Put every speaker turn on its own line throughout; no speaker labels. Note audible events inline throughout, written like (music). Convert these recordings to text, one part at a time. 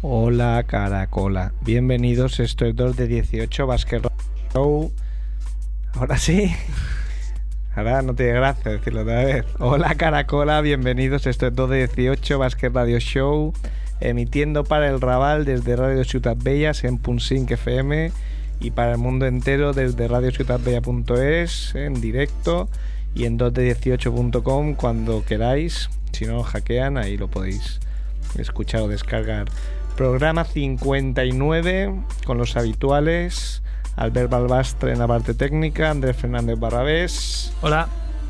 Hola Caracola, bienvenidos, esto es 2 de 18 Basket Show. Ahora sí, ahora no te dé gracia decirlo otra vez. Hola Caracola, bienvenidos, esto es 2 de 18 Basket Radio Show, emitiendo para el Raval desde Radio Ciudad Bellas en Punsink FM y para el mundo entero desde radiociudadbella.es en directo y en 2de18.com cuando queráis. Si no, hackean, ahí lo podéis escuchar o descargar. Programa 59 con los habituales. Albert Balbastre en la parte técnica, Andrés Fernández Barrabés,
Hola,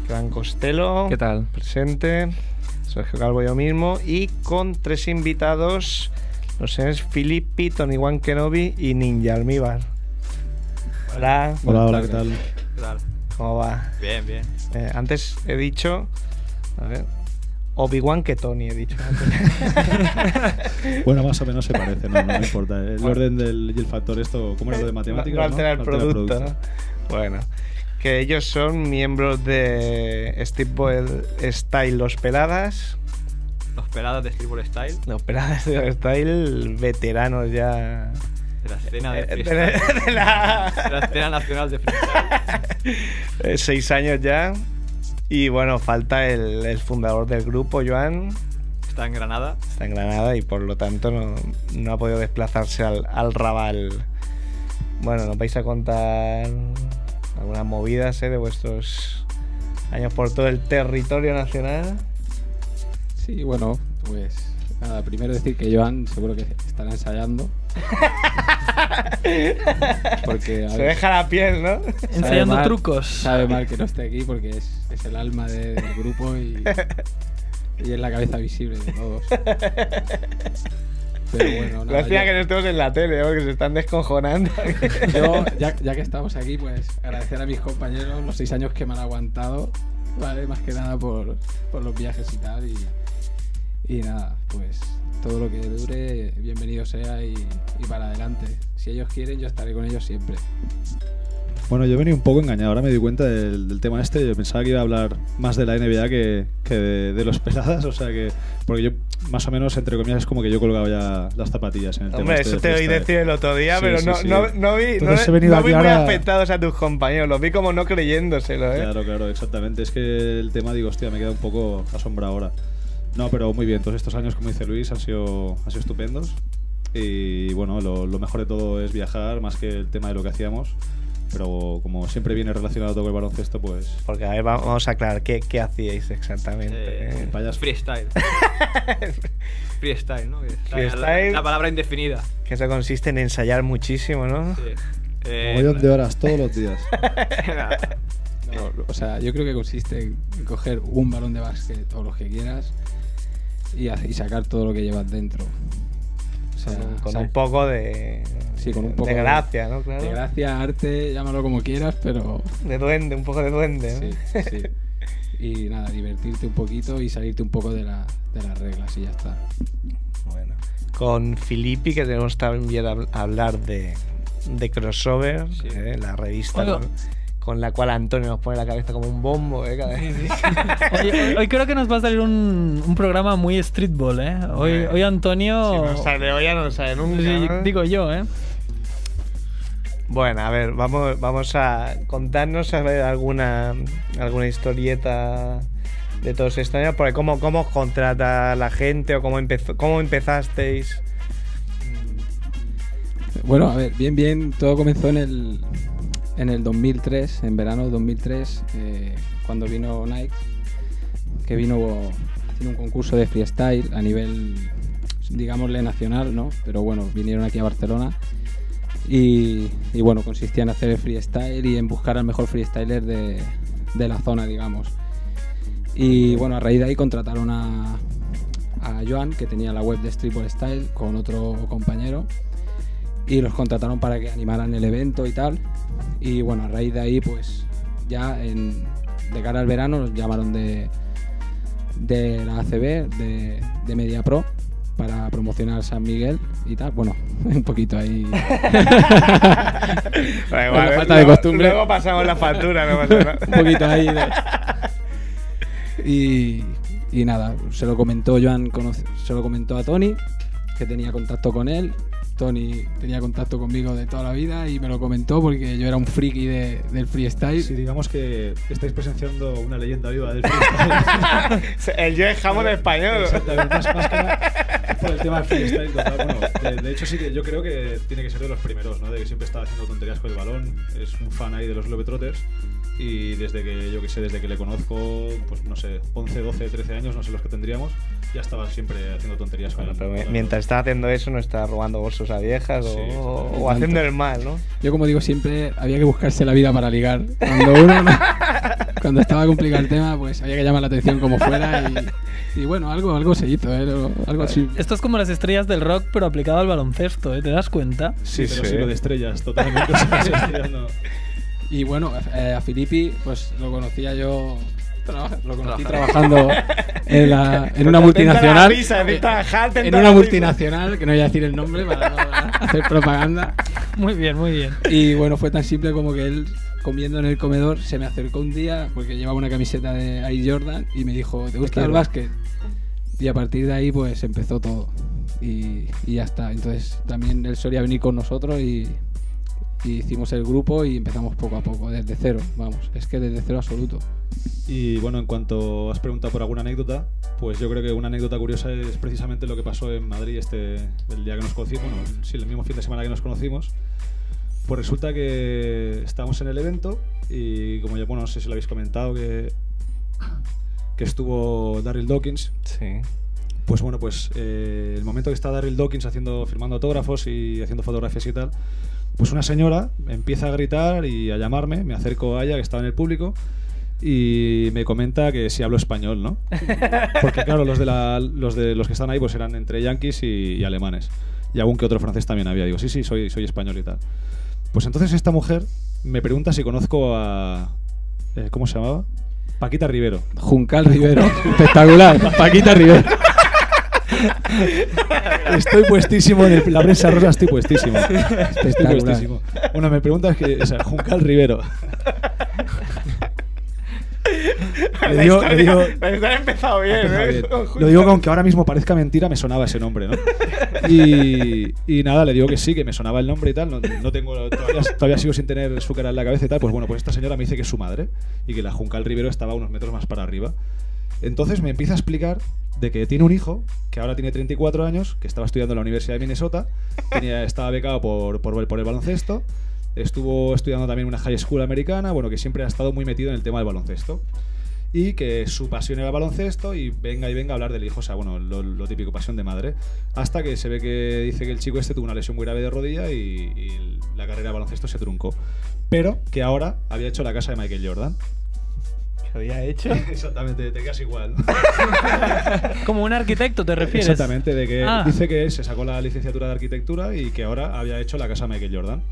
Gran Costello.
¿qué tal?
Presente, Sergio Calvo y yo mismo. Y con tres invitados, los señores Filippi, Tony Juan Kenobi y Ninja Almíbar. Hola,
Hola, hola, ¿qué tal?
¿cómo va?
Bien, bien.
Eh, antes he dicho. A ver. Obi-Wan que Tony, he dicho. antes.
(laughs) Bueno, más o menos se parece, no, no me importa. El orden del, y el factor, esto,
(laughs)
¿cómo era lo de matemáticas?
No altera el
No
producto, ¿no? Bueno. Que ellos son miembros de Steve Boyle Style Los Peladas.
Los pelados de Streetball Style,
Los (laughs) Peladas de Los Style, veteranos ya.
de la escena de
eh, de
freestyle.
la- de la- (laughs)
De la escena nacional de freestyle.
Eh, Seis años ya. Y bueno, falta el, el fundador del grupo, Joan.
Está en Granada.
Está en Granada y por lo tanto no, no ha podido desplazarse al, al Raval. Bueno, nos vais a contar algunas movidas eh, de vuestros años por todo el territorio nacional.
Sí, bueno, pues nada, primero decir que Joan seguro que estará ensayando. porque a
Se
ver,
deja la piel, ¿no? (laughs)
sabe
Enseñando
mal-
trucos.
Sabe mal que no esté aquí porque es, es el alma de- del grupo
(laughs)
y, y es la cabeza visible de todos. Pero bueno, nada,
Lástima
yo-
que no estemos en la tele, ¿eh? porque se están (laughs) descojonando.
yo, ya, ya que estamos aquí, pues agradecer a mis compañeros los seis años que me han aguantado, ¿vale? Más que nada por, por los viajes y tal. Y, y nada, pues todo lo que dure, bienvenido sea y, y para adelante. Si ellos quieren, yo estaré con ellos siempre.
Bueno, yo venía un poco engañado, ahora me di cuenta del, del tema este. Yo pensaba que iba a hablar más de la NBA que, que de, de los (laughs) peladas, o sea que. Porque yo, más o menos, entre comillas, es como que yo colgaba ya las zapatillas en el tema.
Hombre,
este
eso
de
te oí
freestyle.
decir el otro día,
Sí,
pero
sí,
no,
sí.
no, no vi, no,
Entonces he venido
no
aquí
vi muy
ahora-
afectados a tus compañeros, los vi como no creyéndoselo, ¿eh?
Claro, claro, exactamente. Es que el tema, digo, hostia, me queda un poco asombrado ahora. No, pero muy bien, todos estos años, como dice Luis, han sido, han sido estupendos. Y bueno, lo, lo mejor de todo es viajar, más que el tema de lo que hacíamos. Pero como siempre viene relacionado todo con el baloncesto, pues
Porque a ver, va- vamos a aclarar qué, qué hacíais exactamente.
Eh,
¿eh? (laughs)
vayas
Freestyle. Freestyle, ¿no? Que está-
Freestyle.
La, la palabra indefinida.
Que eso consiste en ensayar muchísimo, ¿no?
Sí. Eh,
mogollón de horas todos los (laughs) días.
No, o sea, yo creo que consiste en en coger un balón de básquet o los que quieras y, ha- y sacar todo lo que llevas dentro. O sea,
Con, con
sa-
un poco de,
Sí, con un
de
poco de-
gracia, ¿no? Claro.
de
De,
gracia, arte, llámalo como quieras, pero
duende, un poco de duende. ¿no?
Sí, sí. Y nada, divertirte un poquito y salirte un poco de, la- de las reglas y ya está.
Bueno. Con Filippi, que tenemos también a habl- a hablar de, de crossover,
Sí.
¿eh? la revista
Bueno.
con, con la cual Antonio nos pone la cabeza como un bombo. ¿eh? Cada vez. Pues
Hoy, hoy- hoy creo que nos va a salir un, un programa muy streetball, ¿eh? Hoy,
Hombre.
hoy Antonio...
Si no sale hoy, ya no sale nunca.
Pues Sí,
¿no?
digo yo, ¿eh?
Bueno, a ver, vamos, vamos a contarnos a ver, alguna, alguna historieta de todos estos años, porque cómo, cómo os contrata la gente o cómo, empezó, cómo (laughs) empezasteis.
Bueno, a ver, bien, bien, todo comenzó en el, en el 2003, en verano 2003, eh, cuando vino Nike, que vino haciendo un concurso de freestyle a nivel, o digámosle nacional, ¿no? Pero bueno, vinieron aquí a Barcelona. Y, y bueno, consistía en hacer el freestyle y en buscar al mejor freestyler de, de la zona, digamos. Y bueno, a raíz de ahí contrataron a, a Joan, que tenía la web de Streetball Style, con otro compañero. Y los contrataron para que animaran el evento y tal. Y bueno, a raíz de ahí, pues ya en- de cara al verano nos llamaron de, de la ACB, de, de Media Pro, para promocionar San Miguel y tal. Bueno, (laughs) un poquito ahí.
Da
Por la
eh,
falta de
luego-
costumbre.
Luego pasamos la factura, no pasa nada.
(laughs)
(laughs)
un poquito ahí. de- Y, y nada, se lo comentó Joan, conoce- se lo comentó a Tony, que tenía contacto con él. Tony tenía contacto conmigo de toda la vida y me lo comentó porque yo era un friki de- del freestyle.
Si digamos que estáis presenciando una leyenda viva (laughs) del freestyle.
El yo es jamón español.
Exactamente, Eh, más, más que nada por el tema del freestyle. total. Bueno, de, de hecho, sí que yo creo que tiene que ser de los primeros, ¿no? De que siempre está haciendo tonterías con el balón. Es un fan ahí de los Globetrotters. Y desde que, yo que sé, desde que le conozco, pues no sé, 11, 12, 13 años, no sé los que tendríamos, ya estaba siempre haciendo tonterías con
Bueno,
el
pero
con el
mi-
balón.
mientras está haciendo eso, no está robando bolsos a viejas o,
Sí, exactamente.
o haciendo el mal, ¿no?
Yo como digo siempre, había que buscarse la vida para ligar. Cuando uno no- cuando estaba complicado el tema, pues había que llamar la atención como fuera y, y bueno, algo, algo se hizo, ¿eh? Lo- algo así.
Esto es como las estrellas del rock, pero aplicado al baloncesto, ¿eh? ¿Te das cuenta?
Sí, pero
sí.
sí. lo de estrellas, totalmente. (laughs) sí, las estrellas, no.
Y bueno, eh, a Filippi, pues lo conocía yo. traba- lo conocí
(laughs)
Trabajando.
trabajando en, la- en una
Pues Atenta a la
multinacional.
risa, atenta a Hart, atenta
En
a
una
la
multinacional, que no voy a decir el nombre para no hacer propaganda.
Muy bien, muy bien.
Y bueno, fue tan simple como que él, comiendo en el comedor, se me acercó un día porque llevaba una camiseta de Air Jordan y me dijo, ¿te gusta el
quiero".
básquet? Y a partir de ahí pues empezó todo. Y, y ya está. Entonces también él solía venir con nosotros y, y hicimos el grupo y empezamos poco a poco, desde cero. Vamos, es que desde cero absoluto.
Y bueno, en cuanto has preguntado por alguna anécdota, pues yo creo que una anécdota curiosa es precisamente lo que pasó en Madrid este, el día que nos conocimos, bueno, sí, el mismo fin de semana que nos conocimos. Pues resulta que estábamos en el evento y como ya, bueno, no sé si lo habéis comentado, que, que estuvo Daryl Dawkins,
Sí.
pues bueno, pues eh, el momento que está Daryl Dawkins haciendo, firmando autógrafos y haciendo fotografías y tal, pues una señora empieza a gritar y a llamarme, me acerco a ella que estaba en el público y me comenta que si hablo español, ¿no? Porque claro, los de, la- los, de los que están ahí pues eran entre yanquis y, y alemanes y algún que otro francés también había. Digo, sí, sí, soy, soy español y tal. Pues entonces esta mujer me pregunta si conozco a... eh, ¿Cómo se llamaba? Paquita Rivero.
Juncal Rivero, espectacular. Paquita Rivero.
Estoy puestísimo en el- la prensa rosa, estoy puestísimo. Estoy
Espectacular.
puestísimo. Bueno, me preguntas que. O sea, Juncal Rivero.
(laughs)
Le
La,
digo-
historia,
le digo-
la historia ha empezado bien, (laughs) ¿eh?
Lo digo que aunque ahora mismo parezca mentira, me sonaba ese
(laughs)
nombre, ¿no? Y, y nada, le digo que sí, que me sonaba el nombre y tal. No, no tengo, todavía, todavía sigo sin tener su cara en la cabeza y tal. Pues bueno, pues esta señora me dice que es su madre y que la Juncal Rivero estaba unos metros más para arriba. Entonces me empieza a explicar de que tiene un hijo que ahora tiene 34 años, que estaba estudiando en la Universidad de Minnesota, tenía, estaba becado por, por, por el baloncesto, estuvo estudiando también en una high school americana, bueno, que siempre ha estado muy metido en el tema del baloncesto. Y que su pasión era el baloncesto y venga y venga a hablar del hijo, o sea, bueno, lo, lo típico, pasión de madre. Hasta que se ve que dice que el chico este tuvo una lesión muy grave de rodilla y, y la carrera de baloncesto se truncó. Pero que ahora había hecho la casa de Michael Jordan.
¿Qué había hecho?
(laughs) Exactamente, te quedas igual.
Como un arquitecto, ¿te refieres?
Exactamente, de que
Ah.
dice que se sacó la licenciatura de arquitectura y que ahora había hecho la casa Michael Jordan.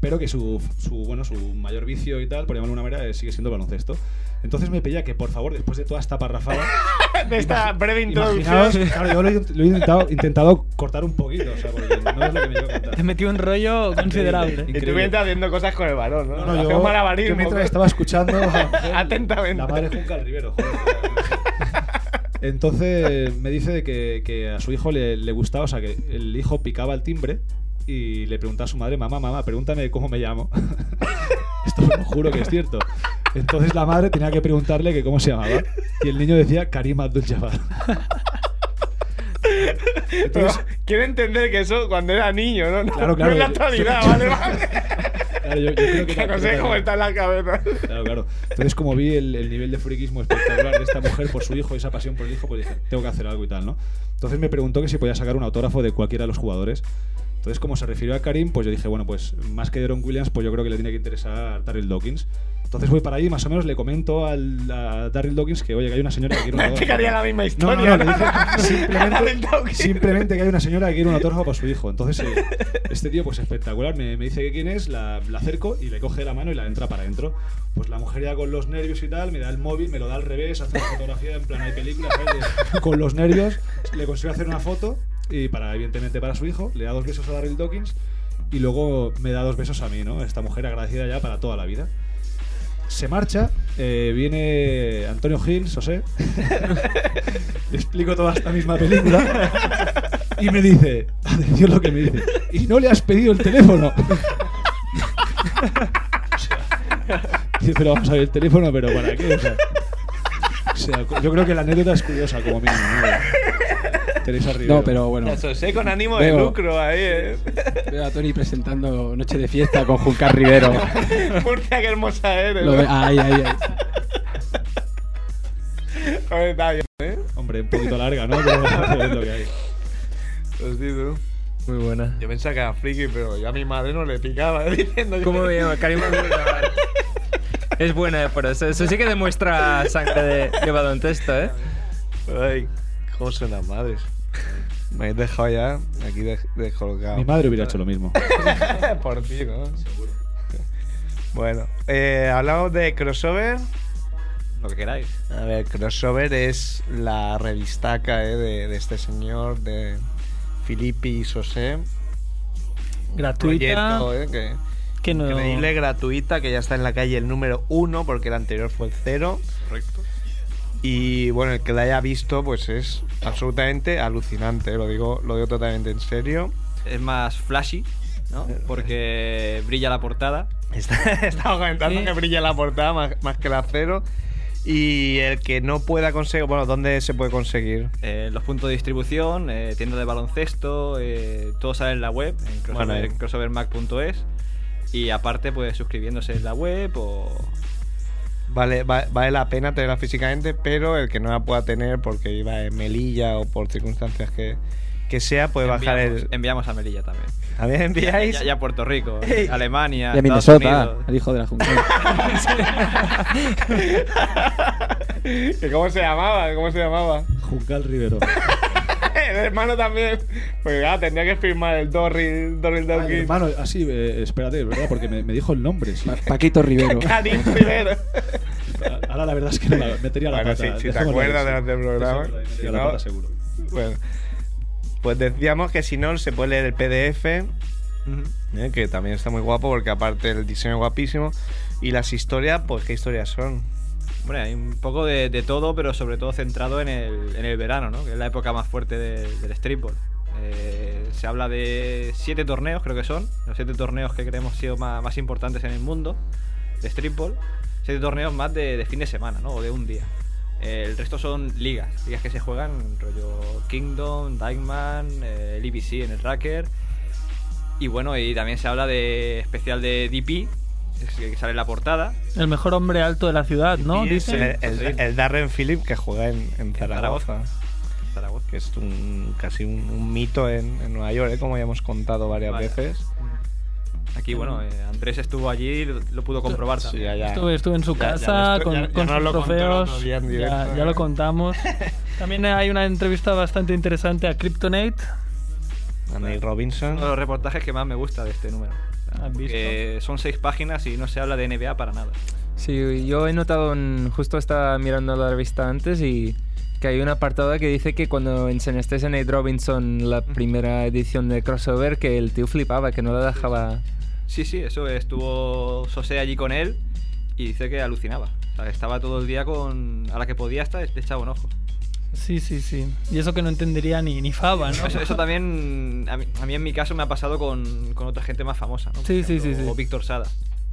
Pero que su, su, bueno, su mayor vicio y tal, por llamarlo de una manera, eh, sigue siendo el baloncesto. Entonces me pedía que, por favor, después de toda esta parrafada,
De esta breve
imaginaos,
introducción.
claro, yo lo he, lo he intentado, intentado cortar un poquito, o sea, porque no es lo que me iba a contar.
Te metió un rollo
Y
considerable.
tú
increíble.
mientras haciendo cosas con el balón, ¿no?
No,
Hacía
no,
un
yo, yo
malabarismo,
mientras
¿no?
estaba escuchando
(laughs) Atentamente.
La madre Junca al Rivero, joder. Entonces me dice que, que a su hijo le, le gustaba, o sea, que el hijo picaba el timbre y le preguntaba a su madre, mamá, mamá, pregúntame cómo me llamo. (laughs) Esto os lo juro que es cierto. Entonces la madre tenía que preguntarle que cómo se llamaba y el niño decía Karim Abdul-Jabbar.
Pero
Entonces,
quiero entender que eso cuando era niño, ¿no? No,
Claro, claro.
No en la
Yo-
actualidad,
yo-
¿vale? vale.
Claro, yo- yo creo que-
No sé cómo están las cabezas.
Claro, claro. Entonces, como vi el, el nivel de friquismo espectacular de esta mujer por su hijo y esa pasión por el hijo, pues dije, tengo que hacer algo y tal, ¿no? Entonces me preguntó que si podía sacar un autógrafo de cualquiera de los jugadores. Entonces, como se refirió a Karim, pues yo dije, bueno, pues más que Deron Williams, pues yo creo que le tiene que interesar Daryl Dawkins. Entonces voy para ahí, más o menos le comento al, a Daryl Dawkins que, oye, que hay una señora que quiere
(laughs)
un autógrafo.
Explicaría la misma
No,
historia.
no, no, le
¿no?
dije
Daryl
simplemente,
Dawkins.
(laughs) simplemente que hay una señora que quiere un autógrafo para su hijo. Entonces, eh, este tío, pues espectacular, me, me dice que quién es, la, la acerco y le coge la mano y la entra para adentro. Pues la mujer ya con los nervios y tal, me da el móvil, me lo da al revés, hace una fotografía en plan hay películas, ¿sabes? con los nervios, le consigo hacer una foto y para, evidentemente, para su hijo, le da dos besos a Daryl Dawkins y luego me da dos besos a mí, ¿no? Esta mujer agradecida ya para toda la vida. Se marcha, eh, viene Antonio Gil, José, (laughs) le explico toda esta misma película y me dice, atención lo que me dice, y no le has pedido el teléfono. (laughs) O sea, dice, pero vamos a ver el teléfono, pero ¿para qué? O sea, o sea, yo creo que la anécdota es curiosa como mínimo. ¿no? Teresa Rivero.
No, pero bueno.
La sosé con ánimo de
Veo.
lucro ahí, eh.
Veo a Tony presentando Noche de Fiesta con Juncar Rivero.
Murcia, qué hermosa eres.
Lo ve- ahí, ahí, ahí.
Joder, está bien.
Hombre, un poquito larga, ¿no? Pero (laughs) es lo que hay.
Pues sí, tú.
Muy buena.
Yo pensaba que era friki, pero yo a mi madre no le picaba (laughs) diciendo que-
¿Cómo me llama? Karim Abdul-Jabbar.
(laughs)
Es buena, pero eso, eso sí que demuestra sangre de, de baloncesto, ¿eh?
Ay, cómo son las madres.
Me habéis dejado ya aquí de- descolgado.
Mi madre hubiera hecho lo mismo.
(laughs) Por ti, ¿no? Seguro. Bueno, eh, hablamos de crossover.
Lo que queráis.
A ver, crossover es la revistaca eh, de, de este señor, de Filippi y Sosé.
Gratuita.
Proyecto, eh, que-
que no...
increíble, gratuita, que ya está en la calle el número uno, porque el anterior fue el cero.
Correcto.
Y bueno, el que la haya visto, pues es absolutamente alucinante, eh, lo digo, lo digo totalmente en serio.
(laughs) Es más flashy, ¿no?
Eh,
Porque brilla la portada.
Está- Estaba comentando
Sí.
que brilla la portada más, más que el acero. Y el que no pueda conseguir, bueno, ¿dónde se puede conseguir?
Eh, los puntos de distribución, eh, tienda de baloncesto, eh, todo sale en la web, en, crossover-
Bueno, eh.
en crossovermac.es. Y aparte, pues suscribiéndose en la web o.
Vale, va- vale la pena tenerla físicamente, pero el que no la pueda tener porque iba en Melilla o por circunstancias que, que sea, puede bajar
enviamos,
el.
enviamos a Melilla también.
¿A mí me enviáis?
Ya, ya a Puerto Rico,
Ey.
Alemania,
Y a
Estados
Minnesota,
Unidos.
el hijo de la
(laughs)
Junta.
¿Que ¿Cómo se llamaba? ¿Cómo se llamaba?
(laughs)
(laughs)
Juncal Rivero.
El hermano también. Pues ah, tendría que firmar el Dorry, Dorry
Ah,
Dawkins.
hermano, así, eh, espérate, ¿verdad? Porque me, me dijo el nombre. sí.
Paquito Rivero.
Karim primero.
Ahora la verdad es que no la metería la
Bueno,
pata.
sí, si te
Dejémoslo
acuerdas de
ahí, sí.
los del programa.
Dejémoslo ahí, metería
Si
la
no-
pata seguro.
Bueno, pues decíamos que si no, se puede leer el PDF, ¿eh? que también está muy guapo porque aparte el diseño es guapísimo. Y las historias, pues qué historias son.
Bueno, hay un poco de, de todo, pero sobre todo centrado en el, en el verano, ¿no? Que es la época más fuerte de- del streetball. Eh, se habla de siete torneos, creo que son. Los siete torneos que creemos sido más, más importantes en el mundo de streetball. Siete torneos más de, de fin de semana, ¿no? O de un día. Eh, el resto son ligas. Ligas que se juegan, rollo Kingdom, Dykeman, eh, el IBC en el Racker. Y bueno, y también se habla de especial de DP, es que sale en la portada.
El mejor hombre alto de la ciudad, ¿no?
Y
Dicen.
el, el- el Darren Phillip que juega en, en Zaragoza,
Zaragoza. Zaragoza.
que es un, casi un, un mito en, en Nueva York, ¿eh? como ya hemos contado varias
Vaya.
veces.
Aquí, bueno, eh, Andrés estuvo allí y lo, lo pudo comprobar
Sí,
también.
ya, ya.
Estuve, estuve en su
Ya- ya
casa
lo estu-
con,
ya- ya
con
nos
sus
lo contó el otro
trofeos.
día en directo,
ya,
¿eh?
ya lo
(laughs)
contamos. También hay una entrevista bastante interesante a Kryptonate.
Andy
Uno de
Robinson.
los reportajes que más me gusta de este número.
¿Has visto?
Porque son seis páginas y no se habla de NBA para nada.
Sí, yo he notado, en- justo estaba mirando la revista antes y que hay un apartado que dice que cuando enseñaste a Nate Robinson la primera edición de Crossover, que el tío flipaba, que no la dejaba...
Sí, sí, eso estuvo Sosé allí con él y dice que alucinaba. O sea, que estaba todo el día con. A la que podía estar, le echaba un ojo.
Sí, sí, sí. Y eso que no entendería ni, ni Faba, ¿no?
Eso, eso también. A mí, a mí en mi caso me ha pasado con, con otra gente más famosa, ¿no? Por
Sí, sí, sí, sí.
O Víctor Sada.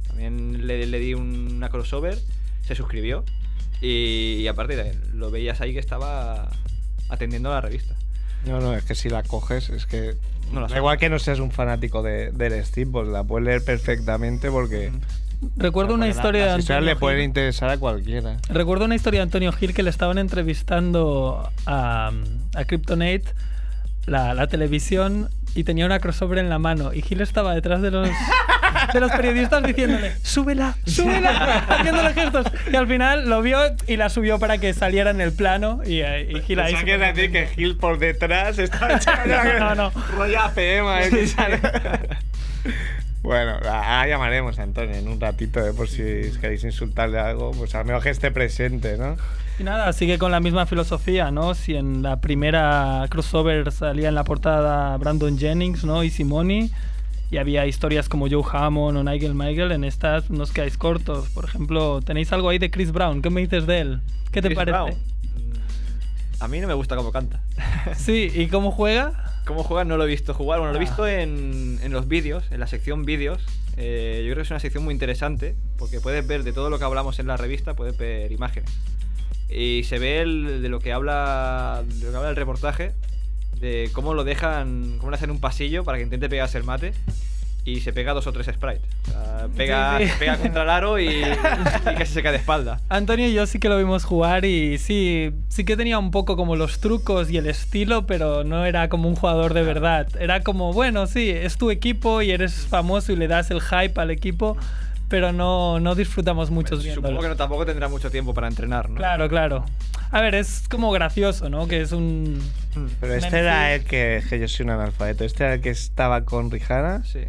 También le, le di una crossover, se suscribió y, y aparte también lo veías ahí que estaba atendiendo a la revista.
No, no, es que si la coges, es que.
No la
da
sabes.
igual que no seas un fanático de, del Steamboat, la puedes leer perfectamente porque.
Recuerdo una
Porque la-
historia de
las
O sea,
Antonio
le pueden
Gil.
interesar a cualquiera.
Recuerdo una historia de Antonio Gil que le estaban entrevistando a, a Kryptonite, la, la televisión, y tenía una crossover en la mano. Y Gil estaba detrás de los, de los periodistas diciéndole, súbela, súbela, haciéndole gestos. Y al final lo vio y la subió para que saliera en el plano. Y, eh, y Gil ahí...
Pensaba
se-
que era decir que Gil por detrás está
(laughs)
echando
No,
la-
no.
Rollo ACM, ¿eh? que sale. (laughs) Bueno, ahora llamaremos a Antonio en un ratito, ¿eh? por si queréis insultarle algo, pues al menos que esté presente, ¿no?
Y nada, sigue con la misma filosofía, ¿no? Si en la primera crossover salía en la portada Brandon Jennings, ¿no? Y Simoni, y había historias como Joe Hammond o Nigel Michael, en estas nos quedáis cortos. Por ejemplo, tenéis algo ahí de Chris Brown, ¿qué me dices de él? ¿Qué te
Chris
parece?
Brown. Mm, A mí no me gusta cómo canta.
Sí, ¿y cómo juega?
¿Cómo juega? No lo he visto jugar. Bueno, lo he
Ah.
visto en, en los vídeos, en la sección vídeos. Eh, yo creo que es una sección muy interesante porque puedes ver de todo lo que hablamos en la revista, puedes ver imágenes. Y se ve el- de, lo que habla, de lo que habla el reportaje, de cómo lo dejan, cómo le hacen un pasillo para que intente pegarse el mate y se pega dos o tres sprites. O sea, pega,
Sí, sí.
se pega contra el aro y, y casi se cae de espalda.
Antonio y yo sí que lo vimos jugar y sí, sí que tenía un poco como los trucos y el estilo, pero no era como un jugador de verdad. Era como, bueno, sí, es tu equipo y eres famoso y le das el hype al equipo, pero no, no disfrutamos (laughs) mucho
Pues, Supongo
viéndolo.
que no, tampoco tendrá mucho tiempo para entrenar, ¿no?
Claro, claro. A ver, es como gracioso, ¿no? Que es un...
Mm.
Pero este
Memphis.
era el que, que yo soy un analfabeto, este era el que estaba con Rijana,
Sí.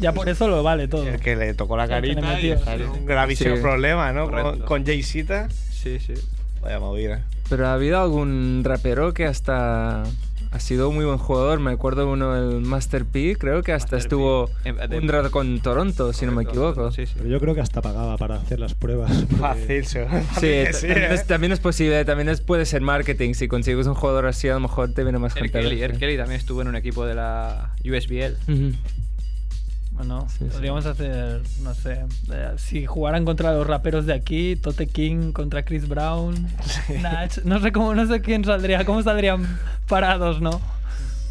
Ya por eso lo vale todo.
el que le tocó la
El que le
carita y
metió.
salió un gravísimo
Sí.
problema, ¿no? Con,
Correcto.
con Jay-Zita.
Sí, sí.
Vaya movida.
Pero ha habido algún rapero que hasta ha sido muy buen jugador. Me acuerdo uno, el Master P, creo que hasta
Master P.
estuvo
En- de-
un rato con Toronto, Pues si no me
Correcto.
equivoco.
Sí, sí.
Pero yo creo que hasta pagaba para hacer las pruebas.
(laughs) Fácil, seguro.
Sí,
Que
t-
sí,
también,
¿eh?
es, también es posible, también es- puede ser marketing. Si consigues un jugador así, a lo mejor te viene más
R.
gente. a
Kelly,
ver.
R. Kelly también estuvo en un equipo de la USBL.
Ujú.
Bueno,
Sí, sí.
podríamos hacer, no sé, eh, si jugaran contra los raperos de aquí, Tote King contra Chris Brown, Nach, no sé cómo, no sé quién saldría, cómo saldrían parados, ¿no?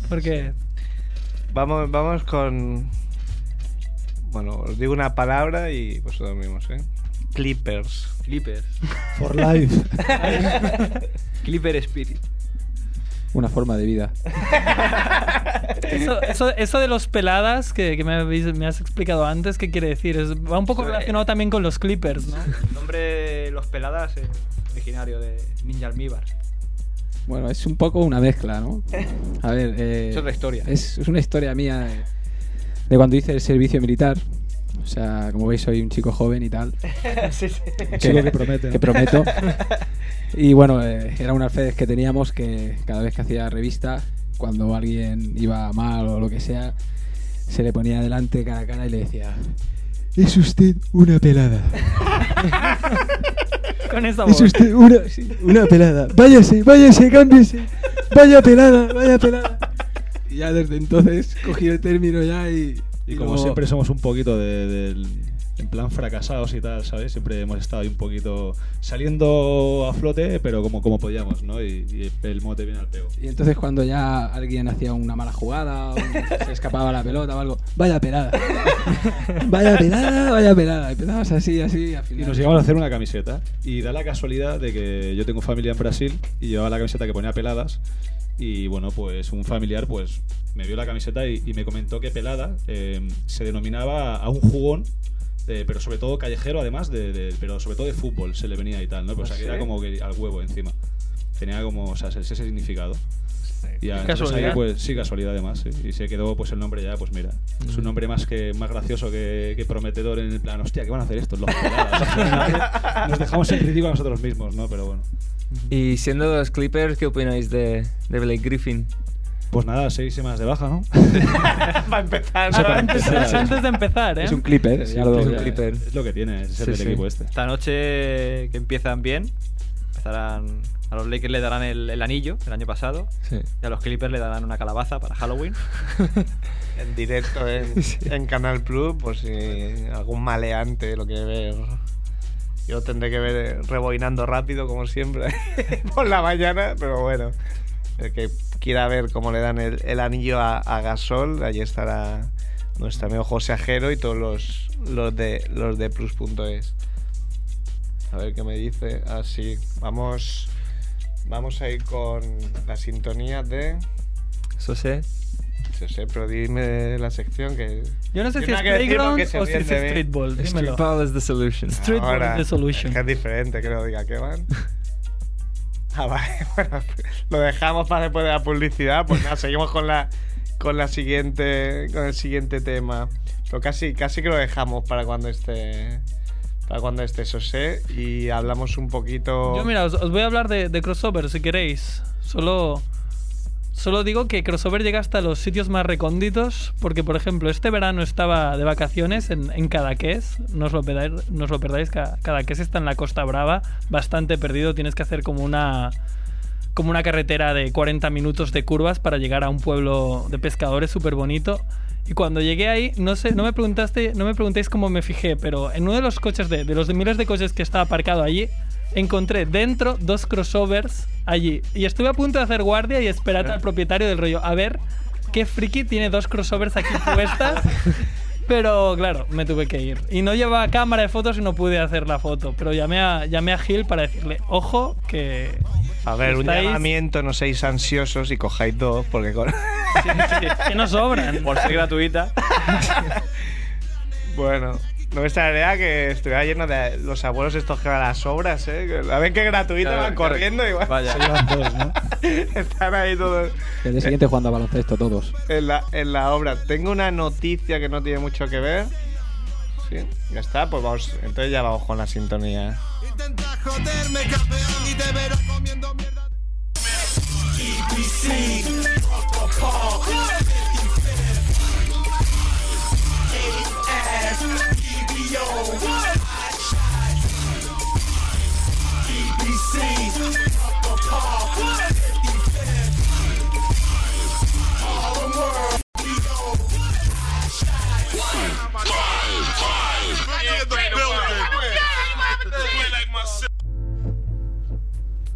Porque
Vamos, vamos con. Bueno, os digo una palabra y vosotros mismos, ¿eh? Clippers.
(laughs) Clippers.
For
(laughs)
life.
Clipper Spirit.
Una forma de vida.
eso, eso, eso de los peladas que, que me, habéis- me has explicado antes, ¿qué quiere decir? Es, va un poco
Eso, eh.
relacionado también con los Clippers,
(laughs)
¿no?
El nombre de Los Peladas es originario de Ninja Almíbar.
Bueno, es un poco una mezcla, ¿no? A ver, eh,
Es otra historia.
Es, es una historia mía de, de cuando hice el servicio militar. O sea, como veis, soy un chico joven y
(laughs)
tal.
Un chico que promete. ¿no?
que
(laughs)
prometo. Y bueno, eh, era un alférez que teníamos que cada vez que hacía revista, cuando alguien iba mal o lo que sea, se le ponía delante cara a cara y le decía: Es usted una pelada.
Con esa voz.
Es usted una, sí, una pelada. Váyase, váyase, cámbiese. Vaya pelada, vaya pelada. Y ya desde entonces cogí el término ya y.
Y como
luego-
siempre somos un poquito de, del- en plan fracasados y tal, ¿sabes? Siempre hemos estado ahí un poquito saliendo a flote, pero como, como podíamos, ¿no? Y, y el mote viene al pego.
Y entonces cuando ya alguien hacía una mala jugada, o se escapaba la pelota o algo, vaya pelada. (laughs) vaya pelada, vaya pelada. Empezabas así, así, al
Y
final.
nos íbamos a hacer una camiseta. Y da la casualidad de que yo tengo familia en Brasil y llevaba la camiseta que ponía peladas. Y bueno, pues un familiar pues me vio la camiseta y, y me comentó que pelada eh, se denominaba a un jugón, eh, pero sobre todo callejero además, de, de- pero sobre todo de fútbol se le venía y tal, ¿no? Pues o sea, que era como que al huevo encima. Tenía como, o sea, ese ese significado. Y ya, entonces
casualidad.
ahí, pues, sí, casualidad además. sí. Y se quedó pues el nombre ya, pues mira. Es
Mm.
un nombre más que más gracioso que, que prometedor en el plan, hostia, ¿qué van a hacer estos? Los
(laughs)
peladas?". Nos dejamos en crítico a nosotros mismos, ¿no? Pero bueno.
Y siendo los Clippers, ¿qué opináis de, de Blake Griffin?
Pues nada, seis semanas de
(laughs)
baja, ¿no?
Para empezar,
Eso para
Ah, antes,
empezar.
antes de empezar, ¿eh?
Es un clipper,
Sí,
ya lo-
es un
ya-
clipper.
Es lo que tiene, es el
Sí,
del
sí.
equipo este.
Esta noche que empiezan bien, empezarán, a los Lakers le darán el, el anillo del año pasado
Sí.
y a los Clippers le darán una calabaza para Halloween.
en directo en, en Canal Plus, por si algún maleante lo quiere ver. Yo tendré que eh, (laughs) ver rebobinando rápido, como siempre, por la mañana, pero bueno. El que que ir a ver cómo le dan el, el anillo a, a Gasol. Allí estará nuestro amigo José Ajero y todos los, los de los de Plus.es. A ver qué me dice. Así, vamos. Vamos a ir con la sintonía de.
Eso sé.
No sé, pero dime la sección que.
Yo no sé
Yo
si
no
es
quiero decirlo
Playground
que se
o si
ríen
es
de mí.
Streetball. Dímelo.
Streetball is the solution.
Street Ball
Ahora,
is the solution.
Es que es diferente, que lo diga que van.
(laughs)
Ah, vale, (laughs) bueno, lo dejamos para después de la publicidad. Pues nada, seguimos con la con la siguiente con el siguiente tema. Pero casi casi que lo dejamos para cuando esté para cuando esté Sosé y hablamos un poquito
Yo, mira, os, os voy a hablar de, de crossover si queréis. Solo, solo digo que crossover llega hasta los sitios más recónditos, porque, por ejemplo, este verano estaba de vacaciones en, en Cadaqués. No os lo perdáis, no os lo perdáis Ca- Cadaqués está en la Costa Brava, bastante perdido. Tienes que hacer como una. Como una carretera de 40 minutos de curvas para llegar a un pueblo de pescadores súper bonito. Y cuando llegué ahí, no sé, no me preguntaste, no me preguntéis cómo me fijé, pero en uno de los coches de, de los de miles de coches que estaba aparcado allí, encontré dentro dos crossovers allí. Y estuve a punto de hacer guardia y esperar al propietario del rollo. A ver, qué friki tiene dos crossovers aquí puestas. Pero claro, me tuve que ir. Y no llevaba cámara de fotos y no pude hacer la foto. Pero llamé a, llamé a Gil para decirle, ojo, que...
a ver un
estáis-
llamamiento, no seáis ansiosos y cojáis dos porque con- (laughs)
que no sobran.
Por ser (laughs) gratuita.
Bueno, no me extrañaría que estuviera lleno de los abuelos estos que van a las obras, ¿eh? Que La ven que gratuito
Claro,
van
claro.
corriendo igual.
Vaya.
(laughs) Están ahí todos
El día siguiente jugando a baloncesto todos.
en la, en la obra. Tengo una noticia que no tiene mucho que ver. Sí, ya está, pues vamos. Entonces ya vamos con la sintonía.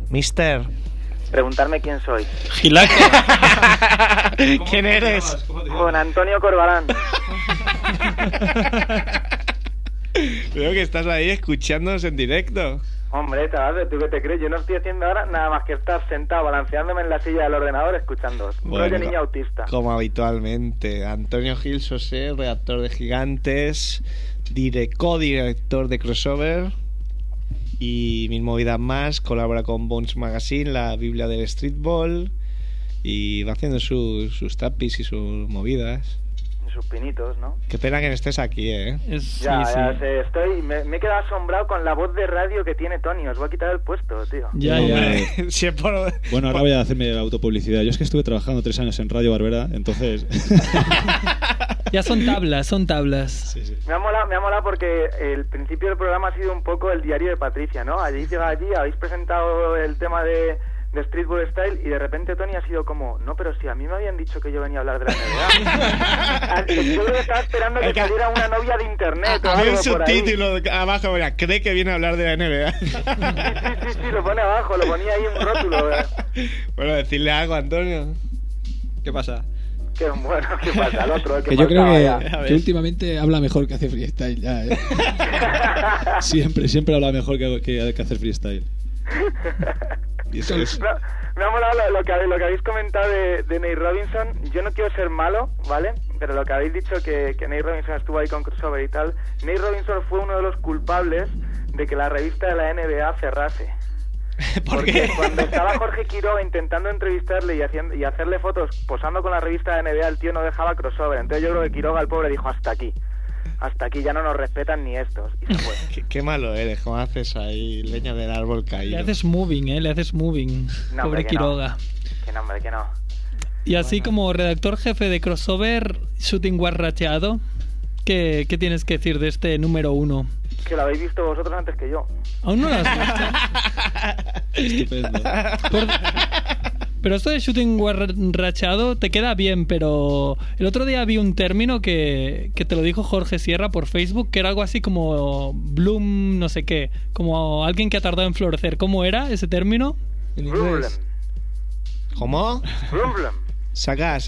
Mister,
Preguntarme quién soy.
(laughs)
Gilaco.
¿quién eres? (laughs)
Juan Antonio Corbalán.
Veo que estás ahí escuchándonos en directo.
Hombre, chaval, ¿tú qué te crees? Yo no estoy haciendo ahora nada más que estar sentado balanceándome en la silla del ordenador escuchando.
Bueno.
Rollo niño autista.
Como habitualmente, Antonio Gil Sosé, redactor de Gigantes, dire- co-director de Crossover y Mil Movidas Más, colabora con Bones Magazine, la Biblia del Streetball y va haciendo su- sus tapis y sus movidas.
Y Sus pinitos, ¿no?
Qué pena que no estés aquí, ¿eh? (laughs)
Es-
Ya,
sí,
ya
sí.
sé, Eh, estoy. Me, me he quedado asombrado con la voz de radio que tiene Tony. Os voy a quitar el puesto, tío.
Ya, ya.
Hombre, si es (laughs) por-
Bueno, ahora voy a hacerme autopublicidad. Yo es que estuve trabajando tres años en Radio Barbera, entonces.
Ya son tablas, son tablas.
sí, sí.
Me ha, molado, me ha molado porque el principio del programa ha sido un poco el diario de Patricia, ¿no? Allí llega allí, habéis presentado el tema de, de Street Ball Style y de repente Tony ha sido como, no, pero si a mí me habían dicho que yo venía a hablar de la
(laughs)
NBA. Ah, yo creo que estaba esperando que
Venga.
saliera una novia de internet o
Había un
algo por ahí.
subtítulo abajo, mira, cree que viene a hablar de la NBA.
Sí, (laughs) sí, sí, sí, lo pone abajo, lo ponía ahí un rótulo. eh.
(laughs) bueno, decirle algo, Antonio.
¿Qué pasa?
Qué bueno, qué falta el otro, eh,
Que yo creo
(laughs)
faltaba ya.
que, que últimamente habla mejor que hace freestyle ya, ¿eh?
Siempre, siempre habla mejor que, que, que hacer
(laughs)
freestyle. Y eso es.
No, me ha molado lo, lo que, lo que habéis comentado de, de Nate Robinson. Yo no quiero ser malo, ¿vale? Pero lo que habéis dicho que, que Nate Robinson estuvo ahí con crossover y tal. Nate Robinson fue uno de los culpables de que la revista de la NBA cerrase. Porque cuando estaba Jorge Quiroga intentando entrevistarle y, haciendo, y hacerle fotos posando con la revista de NBA, el tío no dejaba crossover. Entonces yo creo que Quiroga, el pobre, dijo hasta aquí. Hasta aquí ya no nos respetan ni estos.
(laughs)
Y se fue.
Qué, qué malo eres, cómo haces ahí leña del árbol
Le
caído.
haces moving, ¿eh? Le haces moving. Pobre
No, hombre, que no.
Quiroga.
que no, hombre, que no.
Y así como redactor jefe de crossover, shooting guarracheado, ¿qué, ¿qué tienes que decir de este número uno?
Que lo habéis visto vosotros antes que yo.
Aún no lo has visto.
Estupendo.
Por- Pero esto de shooting guarracheado te queda bien, pero el otro día vi un término que, que te lo dijo Jorge Sierra por Facebook, que era algo así como bloom, no sé qué, como alguien que ha tardado en florecer. ¿Cómo era ese término?
En
Problem.
inglés.
¿Cómo?
Blum,
(laughs)
blum.
Saca,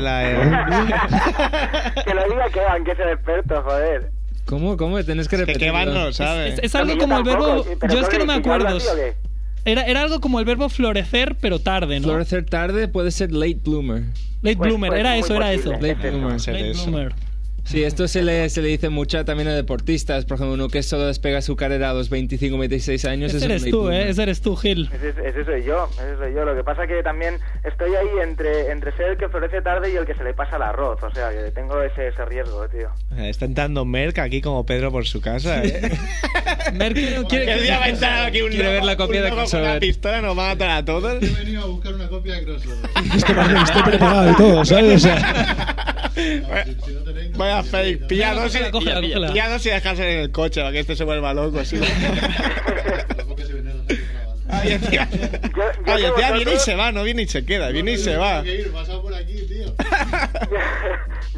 sácatela. Eh.
que lo diga Kevan, que es el experto, joder.
¿Cómo? ¿Cómo? Tenés que
Es que
repetirlo.
Kevan no sabe.
Es, es algo como el verbo. Yo es que no me acuerdo. Era, era algo como el verbo florecer, pero tarde, ¿no?
Florecer tarde puede ser late bloomer.
Late
Pues-
bloomer,
pues
era
muy
eso, era eso.
posible.
Late bloomer.
Ser
Late
eso.
bloomer.
Sí, esto se le, se le dice mucho también a deportistas. Por ejemplo, uno que solo despega su carrera a los 25, 26 años es
Ese
un
eres
late
tú,
bloomer.
¿eh? Ese eres tú,
(laughs)
Gil.
Ese, ese soy yo, ese soy yo. Lo que pasa que también estoy ahí entre, entre ser el que florece tarde y el que se le pasa el arroz. O sea, que tengo ese, ese riesgo, tío.
Está entrando Merck aquí como Pedro por su
(laughs)
casa. ¿eh?
Merck, quiero- quiero-
El día va a entrar aquí un
Quiere
loco-
ver la copia
un
de
loco con
Crossover.
una pistola nos va a matar a todos.
He venido a buscar una copia de crossover.
Esto parece que estoy preparado y todo, ¿sabes? O sea,
Vaya- (laughs)
Si no tenéis, no
Vaya
tenéis
fake,
nada.
pillados y,
Cógela, cógela,
pilla-
cógela.
pillados y dejarse en el coche para que este se vuelva loco
(laughs)
así.
Tampoco se viene a hacer trabajo.
Ay, tía.
(laughs) Yo, yo
Oye,
como
tía, viene y
vosotros-
se Ah, va, no viene y se queda, viene y
Yo
se
tengo
va.
que ir, pasado por aquí, tío.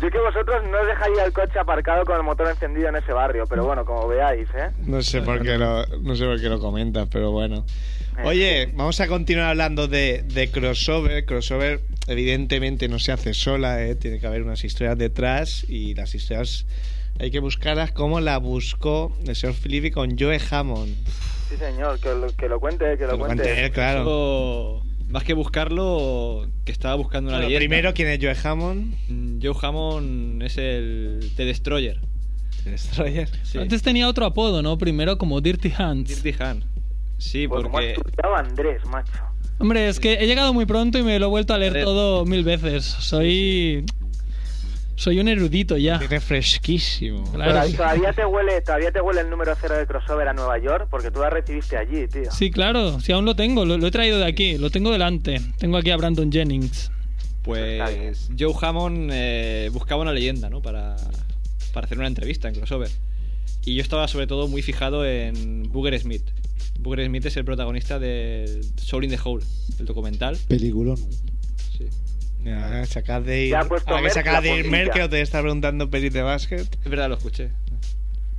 Yo que vosotros no os dejaría el coche aparcado con el motor encendido en ese barrio, pero bueno, como veáis, ¿eh?
No sé por qué lo, no sé por qué lo comentas, pero bueno.
Eh.
Oye, vamos a continuar hablando de, de crossover. Crossover, evidentemente, no se hace sola, ¿eh? tiene que haber unas historias detrás y las historias hay que buscarlas como la buscó el señor Filippi con Joe Hammond.
Sí, señor, que lo, que lo cuente, que lo,
Que lo
cuente.
cuente él, claro.
Yo, más que buscarlo, que estaba buscando una
Bueno,
leyenda.
primero, ¿quién es Joe Hammond?
Mm, Joe Hammond es el The Destroyer.
Destroyer.
Sí.
Antes tenía otro apodo, ¿no? Primero como Dirty Hands.
Dirty Han. Sí,
Pues como ha
porque
estudiado Andrés, macho.
Hombre, es que he llegado muy pronto y me lo he vuelto a leer
A ver.
todo mil veces. Soy. Soy un erudito ya.
Tiene fresquísimo.
Claro.
Todavía- Todavía te huele, todavía te huele el número cero de crossover a Nueva York, porque tú la recibiste allí, tío.
Sí, claro, si aún lo tengo, lo, lo he traído de aquí, lo tengo delante. Tengo aquí a Brandon Jennings.
Está bien.
pues Joe Hammond eh, buscaba una leyenda, ¿no? Para, para hacer una entrevista en crossover. Y yo estaba sobre todo muy fijado en Booger Smith. Booger Smith es el protagonista de Soul in the Hole, el documental.
Peliculón.
Sí.
Ya, se acaba de ir.
Ya ha puesto
ahora que se
Merck
acaba
la
de ir
puntilla.
Merck, que lo te está preguntando pelis de básquet.
Es verdad, lo escuché.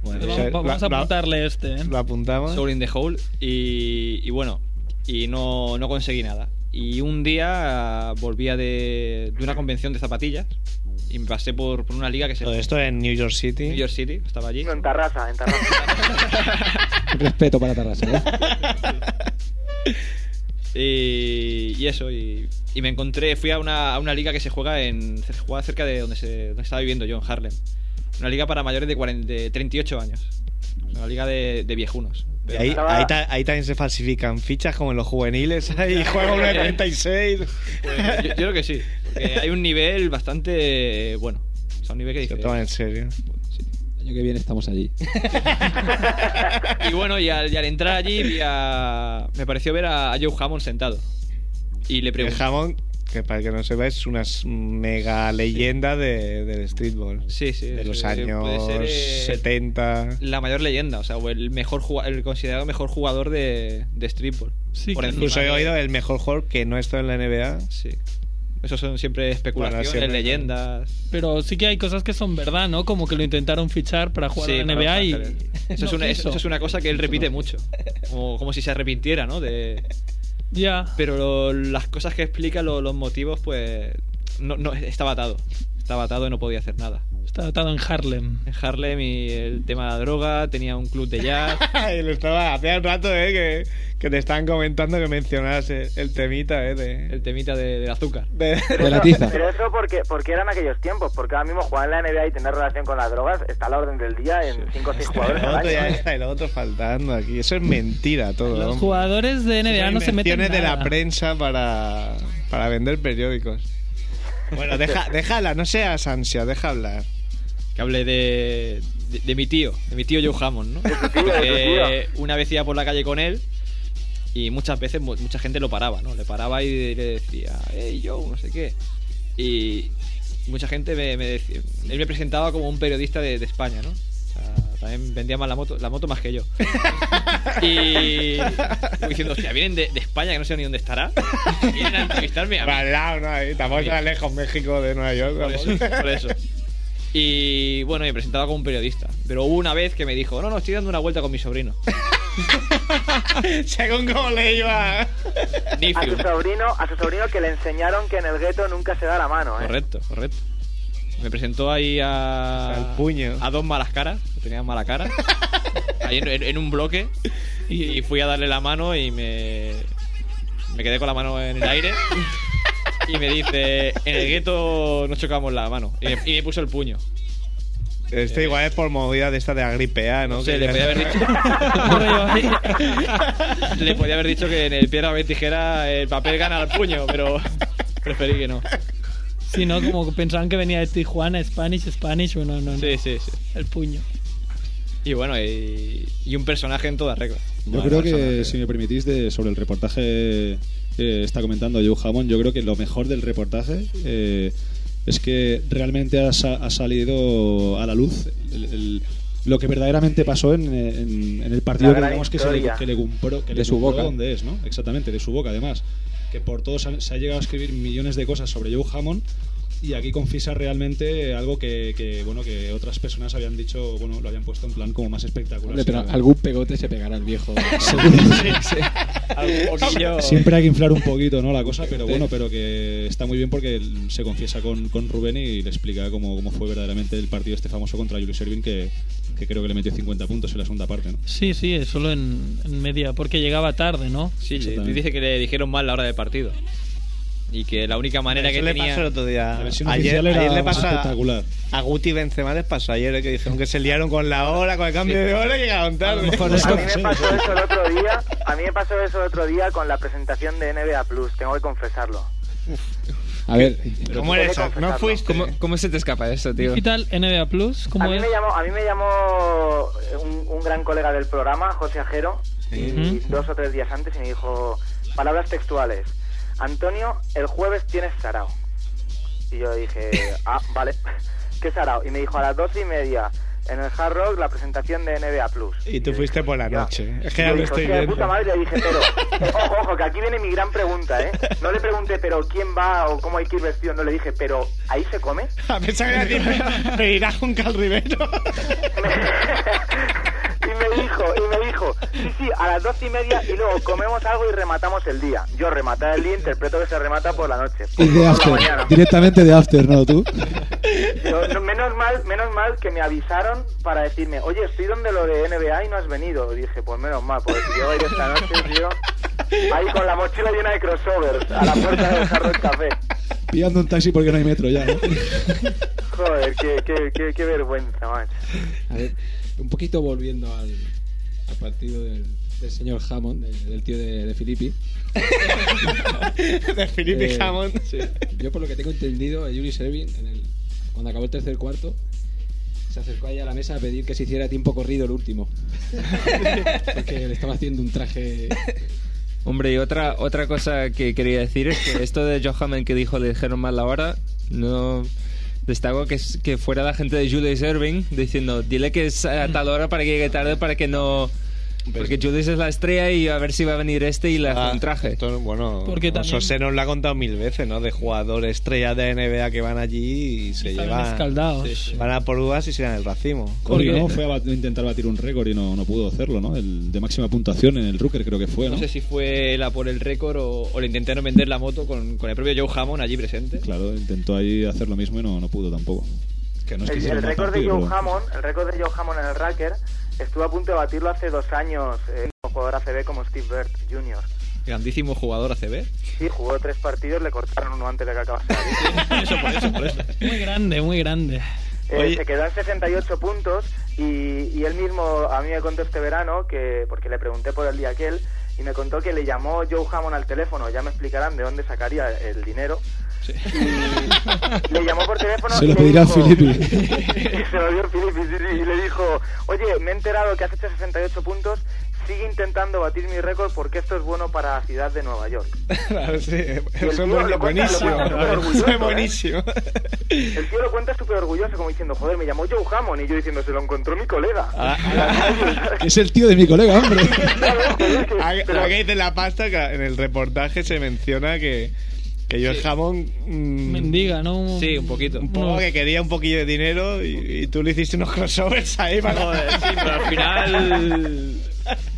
Bueno,
Vamos,
ya-
vamos a
lo- lo-
apuntarle este, ¿eh?
Lo
Ah.
apuntamos.
Soul in the Hole y, y bueno, y no, no conseguí nada. Y un día ah, volvía de, de una convención de zapatillas y me pasé por, por una liga que se
Todo
llama
esto en New York City.
New York City, estaba allí.
No, en Tarrasa, en Tarrasa.
(laughs) Respeto para Tarrasa. ¿eh?
Y, y eso, y, y me encontré, fui a una, a una liga que se juega en se juega cerca de donde, se, donde estaba viviendo yo, en Harlem. Una liga para mayores de, 40 de 38 años. Una liga de, de viejunos.
Y ahí,
Estaba-
ahí ta- ahí también se falsifican fichas como en los juveniles. Ahí juega uno de 36.
Pues, yo, yo creo que sí, porque hay un nivel bastante eh, bueno. O sea, un nivel que
Se
dice.
toman en serio.
El año que viene estamos allí.
(laughs) Y bueno, y al, y al entrar allí vi a- me pareció ver a, a Joe Hammond sentado. Y le
El
pregunté.
jamón, que para el que no sepa, es una s- mega leyenda de, del streetball.
Sí, sí.
De
sí,
los
sí, puede
años
ser, eh,
70.
La mayor leyenda, o sea, o el mejor jugua- el considerado mejor jugador de, de streetball.
Sí,
por
claro.
encima
Incluso he
de-
oído el mejor jugador que no está en la NBA.
Sí. Eso son siempre especulaciones,
siempre-
leyendas.
Pero sí que hay cosas que son verdad, ¿no? Como que lo intentaron fichar para jugar
Sí,
a la
para
NBA
Los
y. (laughs)
Ángeles. Eso,
no
es una, eso,
quiso.
eso es una cosa que él repite mucho. Como, como si se arrepintiera, ¿no? De,
Ya.
pero lo- las cosas que explica, lo- los motivos, pues. No, no, estaba atado. Estaba atado y no podía hacer nada.
Está atado en Harlem.
En Harlem y el tema de la droga, tenía un club de jazz.
(laughs) Y lo estaba hace un rato eh, que, que te estaban comentando que mencionas el, el temita eh, de,
El temita de- del azúcar.
de-
De la tiza.
Pero eso porque, porque eran aquellos tiempos, porque ahora mismo jugar en la NBA y tener relación con las drogas está a la orden del día en 5 o 6 jugadores
El
al
otro
año.
ya está, el otro faltando aquí. Eso es mentira todo.
Los
hombre.
jugadores de NBA no se meten.
Invenciones de la
nada. (laughs)
prensa para, para vender periódicos. Bueno, deja, déjala, no seas ansia, deja hablar.
que hablé de, de, de mi tío, de mi tío Joe Hammond, ¿no?
tío, de tu
Porque una vez iba por la calle con él y muchas veces mu- mucha gente lo paraba, ¿no? Le paraba y le decía, hey Joe, no sé qué. Y mucha gente me, me decía, él me presentaba como un periodista de, de España, ¿no? O sea, También vendía más la moto, la moto más que yo.
(laughs)
Y como diciendo, hostia, vienen de, de España, que no sé ni dónde estará. Vienen a entrevistarme a mí".
Al lado, ¿no? Ahí, tampoco
Sí.
está lejos México de Nueva York.
Por eso,
tampoco. (laughs)
por eso.
(laughs)
Y bueno, me presentaba como un periodista. Pero hubo una vez que me dijo, no, no, estoy dando una vuelta con mi sobrino.
Según como le iba. Ah,
A su sobrino, a su sobrino que le enseñaron que en el gueto nunca se da la mano, ¿eh?
Correcto, correcto. Me presentó ahí a.
O sea, el puño.
A dos malas caras, que tenían mala
(laughs)
cara. ahí en, en- en un bloque. Y, y fui a darle la mano y me. Me quedé con la mano en el aire. Y me dice: En el gueto nos chocamos la mano. Y me, y me puso el puño.
Este igual es por movida de esta de agripea, ¿no?
No
Que
sé, le
ya
podía haber
(laughs)
(laughs) dicho. (laughs) le podía haber dicho que en el piedra, papel, tijera el papel gana al puño,
(laughs)
pero preferí que no.
Sí, ¿no? Como pensaban que venía de Tijuana, Spanish, Spanish, bueno, no, no.
Sí, sí, sí.
El puño.
Y bueno, y, y un personaje en toda regla.
Yo
Vale,
creo
personaje.
que, si me permitís, de, sobre el reportaje que está comentando Joe Hammond, yo creo que lo mejor del reportaje eh, es que realmente ha, sa- ha salido a la luz el- el- lo que verdaderamente pasó en, en- en el partido
La
que,
gran
digamos, que, se le,
historia.
que le compró. Que
De
le
su
compró
boca.
Donde es, ¿no? Exactamente, de su boca, además. Que por todo se ha, se ha llegado a escribir millones de cosas sobre Joe Hammond. Y aquí confiesa realmente algo que, que, bueno que otras personas habían dicho, bueno, lo habían puesto en plan como más espectacular.
Hombre, pero
¿sabes?
algún pegote se pegará el viejo.
(laughs)
(laughs)
Algún poquillo-
Siempre hay que inflar un poquito, ¿no? La cosa, pero bueno, pero que está muy bien porque él se confiesa con, con Rubén y le explica cómo, cómo fue verdaderamente el partido este famoso contra Julius Erving que, que creo que le metió 50 puntos en la segunda parte, ¿no?
Sí, sí, es solo en, en media, porque llegaba tarde, ¿no?
Sí, le-
Exactamente.
dice que le dijeron mal la hora del partido. Y que la única manera
Eso
que
le
tenía.
pasó el otro día.
La versión
Ayer,
oficial era
ayer le pasó a,
espectacular.
a Guti Benzema les pasó ayer eh, que dijeron que se liaron con la hora, con el cambio de hora y llegaron tarde.
A mí me pasó eso el otro día, a mí me pasó eso el otro día con la presentación de NBA Plus, tengo que confesarlo.
A ver,
¿Cómo
tengo
eres?
que
eso? No
confesarlo.
fuiste.
¿Cómo, cómo se te escapa eso,
(laughs)
tío?
Digital NBA Plus,
A
¿cómo
mí,
es?
me llamó, a mí me llamó eh, un, un gran colega del programa, José Ajero, y
Ujú.
dos o tres días antes y me dijo palabras textuales. Antonio, el jueves tienes sarao. Y yo
(laughs)
dije, ah, vale, (laughs) ¿qué sarao? Y me dijo a las doce y media, en el Hard Rock, la presentación de NBA Plus.
Y tú
yo
fuiste
dije,
por la
"Ya".
noche. ¿eh? Es
Y
que ya
yo
lo
dije,
estoy
"Hostia, de puta
viendo".
madre, le dije, pero,
(laughs)
ojo, ojo, que aquí viene mi gran pregunta, ¿eh? No le pregunté, pero quién va o cómo hay que ir vestido, no le dije, pero ¿ahí se come?
(laughs) A pensar que
(laughs)
era decir, me irás con Cal Rivero.
y me dijo, y me dijo, sí, sí, a las doce y media y luego comemos algo y rematamos el día. Yo rematar el día interpreto que se remata por la noche.
Y de
Por la
after,
mañana.
directamente de after, ¿no? (laughs) ¿Tú?
Yo- no, menos mal, menos mal que me avisaron para decirme, oye, estoy donde lo de NBA y no has venido. Y dije, pues menos mal, porque si yo voy esta noche, tío, ahí con la mochila llena de crossovers, a la puerta del jarro de café.
Pillando un taxi porque no hay metro ya, ¿no?
Joder, qué, qué, qué, qué vergüenza, macho.
a ver, un poquito volviendo al, al partido del, del señor Hammond, del, del tío de, de Filippi. (laughs)
De Felipe
Eh,
Hammond.
sí. Yo por lo que tengo entendido, Yuri Servin, en el- cuando acabó el tercer cuarto, se acercó ahí a la mesa a pedir que se hiciera tiempo corrido el (laughs) último. Porque le estaba haciendo un traje...
Hombre, y otra, otra cosa que quería decir es que esto de Johamen que dijo le dijeron mal la hora, no destaco que, es- que fuera la gente de Julius Irving diciendo, dile que es a tal hora para que llegue tarde para que no... Porque Julius es la estrella y a ver si va a venir este y le hace
Ah,
un traje.
esto, bueno,
Porque también-
eso se nos lo ha contado mil veces, ¿no? De jugadores estrella de NBA que van allí y se
Estaban
llevan.
escaldados.
Van a por uvas y se dan
(laughs)
el racimo.
Corri,
Porque-
¿no? Fue a bat- intentar batir un récord y no, no pudo hacerlo, ¿no? El de máxima puntuación en el Rooker creo que fue, ¿no?
No sé si fue la por el récord o, o le intentaron vender la moto con, con el propio Joe Hammond allí presente.
Claro, intentó ahí hacer lo mismo y no, no pudo tampoco. Que no es que
El,
hiciera
el
un mal
récord de
partido,
Joe
pero-
Hammond, el récord de Joe Hammond en el Racker, estuvo a punto de batirlo hace dos años eh, un jugador ACB como Steve Bird Jr.
Grandísimo jugador ACB.
Sí, jugó tres partidos, le cortaron uno antes de que acabase. la liga.
eso, por eso, por eso.
Muy grande, muy grande.
Eh,
Oye.
se quedó en 68 puntos y, y él mismo a mí me contó este verano que porque le pregunté por el día aquel y me contó que le llamó Joe Hammond al teléfono, ya me explicarán de dónde sacaría el dinero. Y le llamó por teléfono
Se
y
lo
le
pedirá a
dijo- (laughs)
Filippi.
se lo dio a Filipe sí, sí, y le dijo, oye, me he enterado que has hecho 68 puntos, sigue intentando batir mi récord porque esto es bueno para la ciudad de Nueva York.
Claro, sí.
tío
Eso es
lo cuenta- lo
buen-
cuenta
buenísimo.
súper orgulloso,
Eso
¿eh?
es buenísimo.
El tío lo cuenta súper orgulloso, como diciendo, joder, me llamó Joe Hammond, y yo diciendo, se lo encontró mi colega.
Ah,
(laughs) Es el tío de mi colega, hombre.
(laughs)
Ahora
Pero-
ahora que dice la pasta, que en el reportaje se menciona que, que yo el jamón. mm,
Mendiga, ¿no?
Sí, un poquito.
Un poco
No.
que quería un poquillo de (laughs) dinero y, y tú le hiciste unos crossovers ahí para.
Joder, sí, pero al final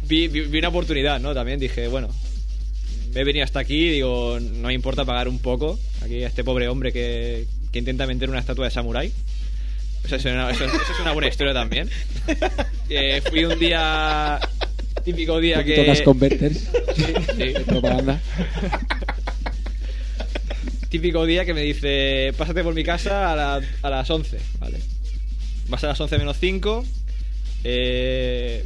vi, vi- vi una oportunidad, ¿no? También dije, bueno, he venido hasta aquí, digo, no me importa pagar un poco aquí a este pobre hombre que, que intenta vender una estatua de samurái. O sea, eso, es una- eso- eso es una buena historia también. Eh, fui un día, típico día que...
Tocas (laughs) converters
Sí, sí.
de propaganda.
Típico día que me dice, pásate por mi casa a, la- a las 11, ¿vale? Vas a las 11 menos 5, eh,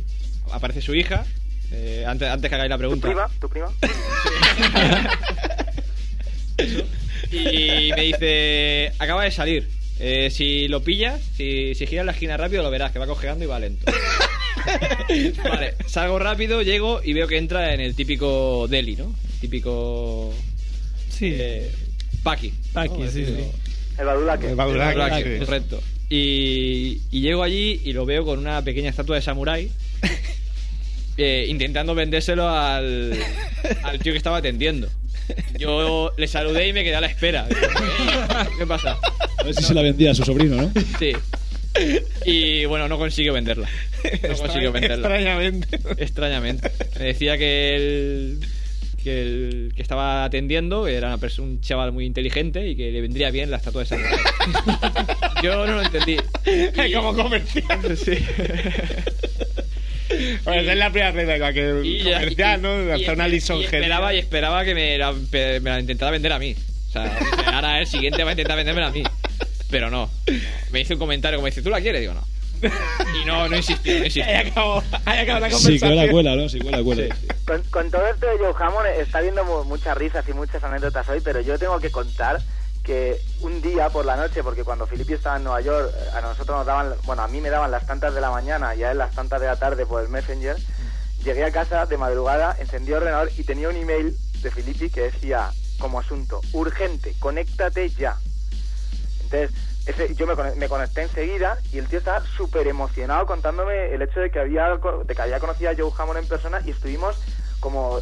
aparece su hija, eh, antes, antes que hagáis la
¿Tu
pregunta.
prima? ¿Tu prima?
Y me dice, acaba de salir. Eh, si lo pillas, si, si giras la esquina rápido, lo verás, que va cojeando y va lento. vale, salgo rápido, llego y veo que entra en el típico deli, ¿no? El típico...
Sí,
eh, Paki.
Paki, sí, sí.
El Badulaque.
El Badulaque,
Black,
sí. (laughs)
correcto. Y, y llego allí y lo veo con una pequeña estatua de samurái eh, intentando vendérselo al, al tío que estaba atendiendo. Yo le saludé y me quedé a la espera. Digo, "Ey, ¿Qué pasa?
(laughs) A ver si se la vendía a su sobrino, ¿no?
Sí. Y bueno, no consiguió venderla. No consiguió venderla.
Extrañamente. (laughs)
Extrañamente. Me decía que el, que el que estaba atendiendo que era una perso- un chaval muy inteligente y que le vendría bien la estatua de samurái. (laughs) Yo no lo (laughs) entendí. Y-
Como
(laughs)
comercial.
Sí.
(laughs) Bueno, esa es la primera regla, la que el
ya-
comercial, ¿no?
y-
Hacer una
y
lisonjería.
Esperaba y esperaba que me la, pe- me la intentara vender a mí. O sea, dice, ahora el siguiente va a intentar vendérmela a mí. Pero no. Me hizo un comentario como dice, ¿tú la quieres? Digo, no. Y no, no insistió, no insistió.
Ahí acabó, ahí acabó la
Sí,
conversación.
que la cuela, ¿no? Sí, cuela, cuela.
Con, con todo esto de Joe Hammond eh, está habiendo mu- muchas risas y muchas anécdotas hoy, pero yo tengo que contar que un día por la noche, porque cuando Filippi estaba en Nueva York, eh, a nosotros nos daban, bueno, a mí me daban las tantas de la mañana y a él las tantas de la tarde por el Messenger, llegué a casa de madrugada, encendí el ordenador y tenía un email de Filippi que decía como asunto, urgente, conéctate ya. Entonces, ese- yo me, cone- me conecté enseguida y el tío estaba súper emocionado contándome el hecho de que, había, co- de que había conocido a Joe Hammond en persona y estuvimos como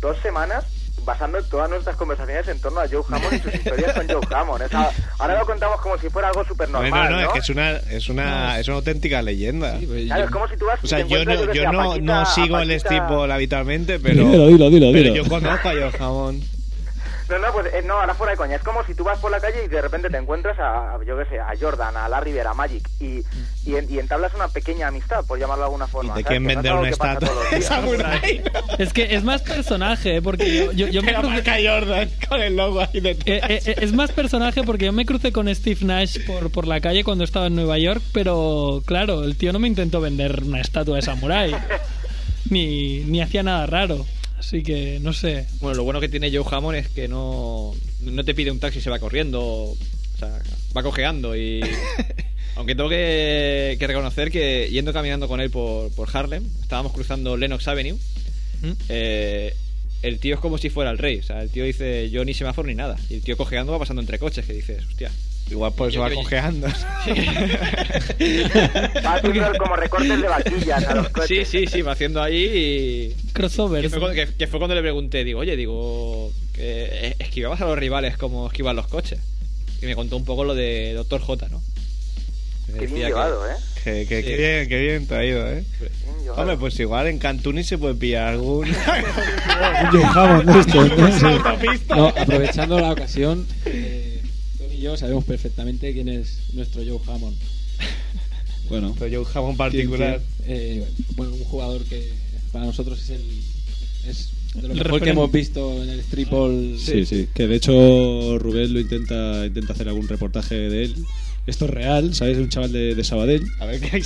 dos semanas basando todas nuestras conversaciones en torno a Joe Hammond
(laughs)
y sus historias con Joe Hammond. O sea, ahora lo contamos como si fuera algo súper
No,
normal,
no,
¿no?
no, es que es una, es una, es una auténtica leyenda.
Claro, es como si tú vas y
O sea,
te
yo
encuentras,
no,
que sé,
yo
a
no,
Paquita-
no
a
sigo el
Paquita-
Steeple habitualmente, pero,
Dilo, dilo, dilo,
pero
dilo.
yo conozco a Joe
(laughs)
Jamón.
No, no, pues eh, no, ahora fuera de coña. Es como si tú vas por la calle y de repente te encuentras a, a, yo qué sé, a Jordan, a Larry Rivera, a Magic y, y, en- y entablas una pequeña amistad, por llamarlo de alguna forma.
Te
¿sabes?
quieren
Que no es
vender
algo
una
que pasa
estatua (laughs)
todos los
de
días.
samurái.
Es que es más personaje, ¿eh? porque yo, yo, yo me
Pero
crucé-
marca Jordan con el logo ahí detrás.
Eh, eh, eh, es más personaje porque yo me crucé con Steve Nash por, por la calle cuando estaba en Nueva York, pero claro, el tío no me intentó vender una estatua de samurái, (laughs) ni, ni hacía nada raro. Así que no sé.
Bueno, lo bueno que tiene Joe Hammond es que no, no te pide un taxi y se va corriendo. O sea, va cojeando y... Aunque tengo que, que reconocer que yendo caminando con él por, por Harlem, estábamos cruzando Lenox Avenue,
¿Mm?
eh, el tío es como si fuera el rey. O sea, el tío dice, yo ni semáforo ni nada. Y el tío cojeando va pasando entre coches, que dices, hostia.
Igual por eso va
Yo- yo-
(laughs) cojeando.
Va haciendo como recortes de vaquillas a los
Sí,
coches.
sí, sí, va haciendo ahí y... Que
Crossovers.
fue, cuando, que- que fue cuando le pregunté, digo, oye, digo, que eh, esquivabas a los rivales como esquivan los coches. Y me contó un poco lo de Doctor J, ¿no? Me
Qué bien
decía
llevado, ¿eh?
Que, que,
Sí.
que bien, que bien traído, ¿eh?
Bien llevado.
Hombre, pues igual en Cantunis se puede pillar algún... (laughs)
Joe Hammond, ¿no? (laughs) Esto, ¿no? Sí.
No, aprovechando la ocasión, eh, Tony y yo sabemos perfectamente quién es nuestro Joe Hammond.
Bueno,
Pero yo un jamón particular.
Eh, bueno, un jugador que para nosotros es el es de lo
El
mejor
referente.
que hemos visto en el triple.
sí, sí. Que de hecho Rubén lo intenta, intenta hacer algún reportaje de él. Esto es real, ¿sabes? Un chaval de, de Sabadell.
A ver qué hay.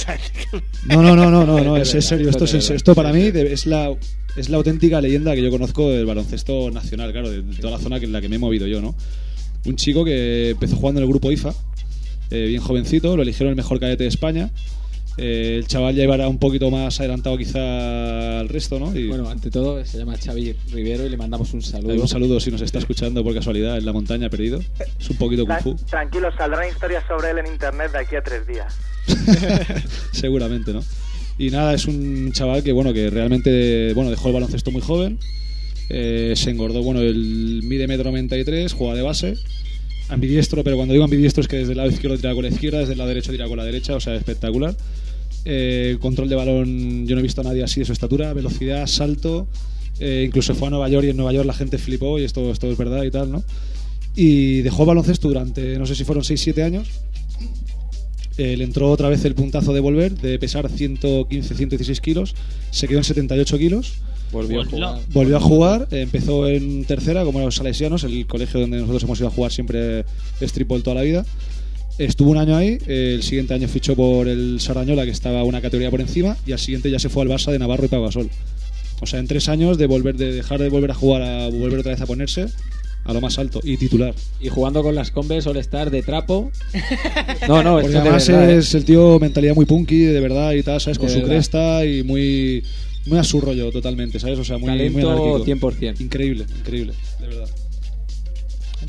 No, no, no, no, no, no,
Es
es,
verdad,
es serio. Esto,
esto es
es-
verdad.
esto para mí de- es la, es la auténtica leyenda que yo conozco del baloncesto nacional, claro, de, de toda la zona que- en la que me he movido yo, ¿no? Un chico que empezó jugando en el grupo IFA, eh, bien jovencito, lo eligieron el mejor cadete de España. Eh, el chaval ya iba un poquito más adelantado quizá al resto, ¿no? Y
Bueno, ante todo se llama Xavi Rivero y le mandamos un
eh,
saludo.
un saludo si nos está escuchando por casualidad en la montaña perdido. Es un poquito kung
Tra-
fu,
Tranquilo, saldrán historias sobre él en internet de aquí a tres días.
(laughs) seguramente, ¿no? Y nada, es un chaval que bueno, que realmente bueno, dejó el baloncesto muy joven. Eh, se engordó, bueno, el mide metro 93, juega de base, ambidiestro, pero cuando digo ambidiestro es que desde el lado izquierdo tira con la izquierda, desde el lado derecho tira con la derecha, o sea, espectacular. eh, control de balón, yo no he visto a nadie así de su estatura, velocidad, salto. eh, incluso fue a Nueva York y en Nueva York la gente flipó y esto, esto es verdad y tal, ¿no? Y dejó baloncesto durante, no sé si fueron 6-7 años. Eh, le entró otra vez el puntazo de volver, de pesar 115-116 kilos, se quedó en 78 kilos.
Volvió a jugar.
Volvió a jugar, eh, empezó en tercera, como los salesianos, el colegio donde nosotros hemos ido a jugar siempre streetball toda la vida. Estuvo un año ahí, eh, el siguiente año fichó por el Sarañola, que estaba una categoría por encima, y al siguiente ya se fue al Barça de Navarro y Pagasol. O sea, en tres años de volver de dejar de volver a jugar a volver otra vez a ponerse a lo más alto y titular.
Y jugando con las combes All Star de trapo. No, no,
Porque
esto de
además
verdad, eh.
es el tío mentalidad muy punky, de verdad, y tal, ¿sabes? Con
De
su
verdad.
cresta y muy, muy a su rollo totalmente, ¿sabes? O sea, muy, muy
Talento
anárquico.
100%.
Increíble, increíble, de verdad.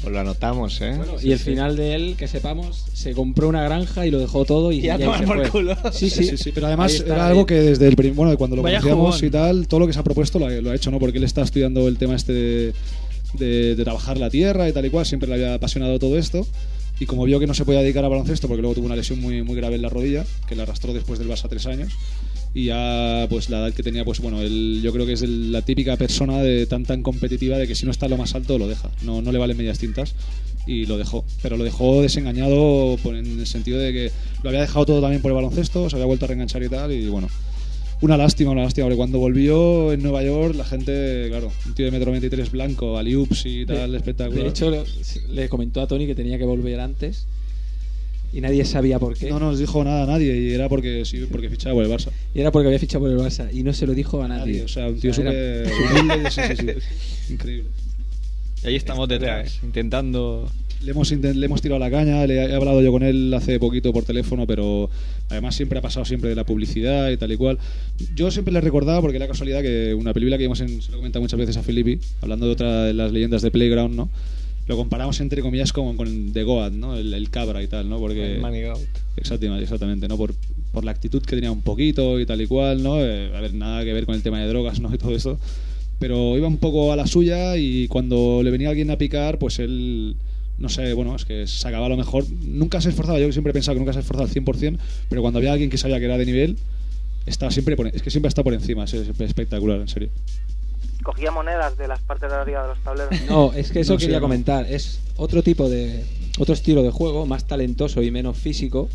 Pues lo anotamos, ¿eh?
Bueno,
Pues
y el final de él, que sepamos, se compró una granja y lo dejó todo y,
Y a
ahí
tomar
se
por
fue.
culo.
Sí, sí,
Sí, sí, pero además
Ahí está, eh,
era
ahí.
algo que desde el prim- bueno, cuando lo
Vaya
conocíamos
jugón.
y tal, todo lo que se ha propuesto lo ha, lo ha hecho, ¿no? Porque él está estudiando el tema este de, de- de trabajar la tierra y tal y cual, siempre le había apasionado todo esto. Y como vio que no se podía dedicar a baloncesto, porque luego tuvo una lesión muy, muy grave en la rodilla, que la arrastró después del Barça tres años, y ya pues la edad que tenía, pues bueno, él, yo creo que es el- la típica persona de tan tan competitiva de que si no está en lo más alto lo deja, no, no le valen medias tintas y lo dejó, pero lo dejó desengañado por- en el sentido de que lo había dejado todo también por el baloncesto, se había vuelto a reenganchar y tal, y bueno, una lástima, una lástima, porque cuando volvió en Nueva York la gente, claro, un tío de metro 23 blanco, aliups y tal,
De-
espectacular.
De hecho, lo- le comentó a Tony que tenía que volver antes y nadie sabía por qué.
no nos dijo nada a nadie y era porque sí, porque fichaba por el Barça.
Y era porque había fichado por el Barça y no se lo dijo a nadie.
O sea, un tío
O sea,
súper
era-
humilde, sí, sí,
(laughs)
sí. increíble.
Y ahí estamos detrás, intentando.
Le hemos, inten- le hemos tirado la caña, le he hablado yo con él hace poquito por teléfono, pero además siempre ha pasado siempre de la publicidad y tal y cual. Yo siempre le recordaba, porque la casualidad que una película que vimos, en, se lo he comentado muchas veces a Filippi, hablando de otra de las leyendas de Playground, ¿no? Lo comparamos entre comillas con, con The Goat, ¿no? El, el cabra y tal, ¿no? Porque...
El Money Goat.
Exactamente, exactamente, ¿no? Por, por la actitud que tenía un poquito y tal y cual, ¿no? Eh, a ver, nada que ver con el tema de drogas, (laughs) ¿no? Y todo eso. Pero iba un poco a la suya y cuando le venía alguien a picar, pues él, no sé, bueno, es que sacaba lo mejor. Nunca se esforzaba, yo siempre he pensado que nunca se esforzaba al 100%, pero cuando había alguien que sabía que era de nivel, estaba siempre por, e- es que siempre está por encima, es, es espectacular, en serio.
Cogía monedas de las partes de arriba de los tableros.
No, es que eso
No, sí,
quería
no.
comentar. Es otro tipo de. otro estilo de juego, más talentoso y menos físico,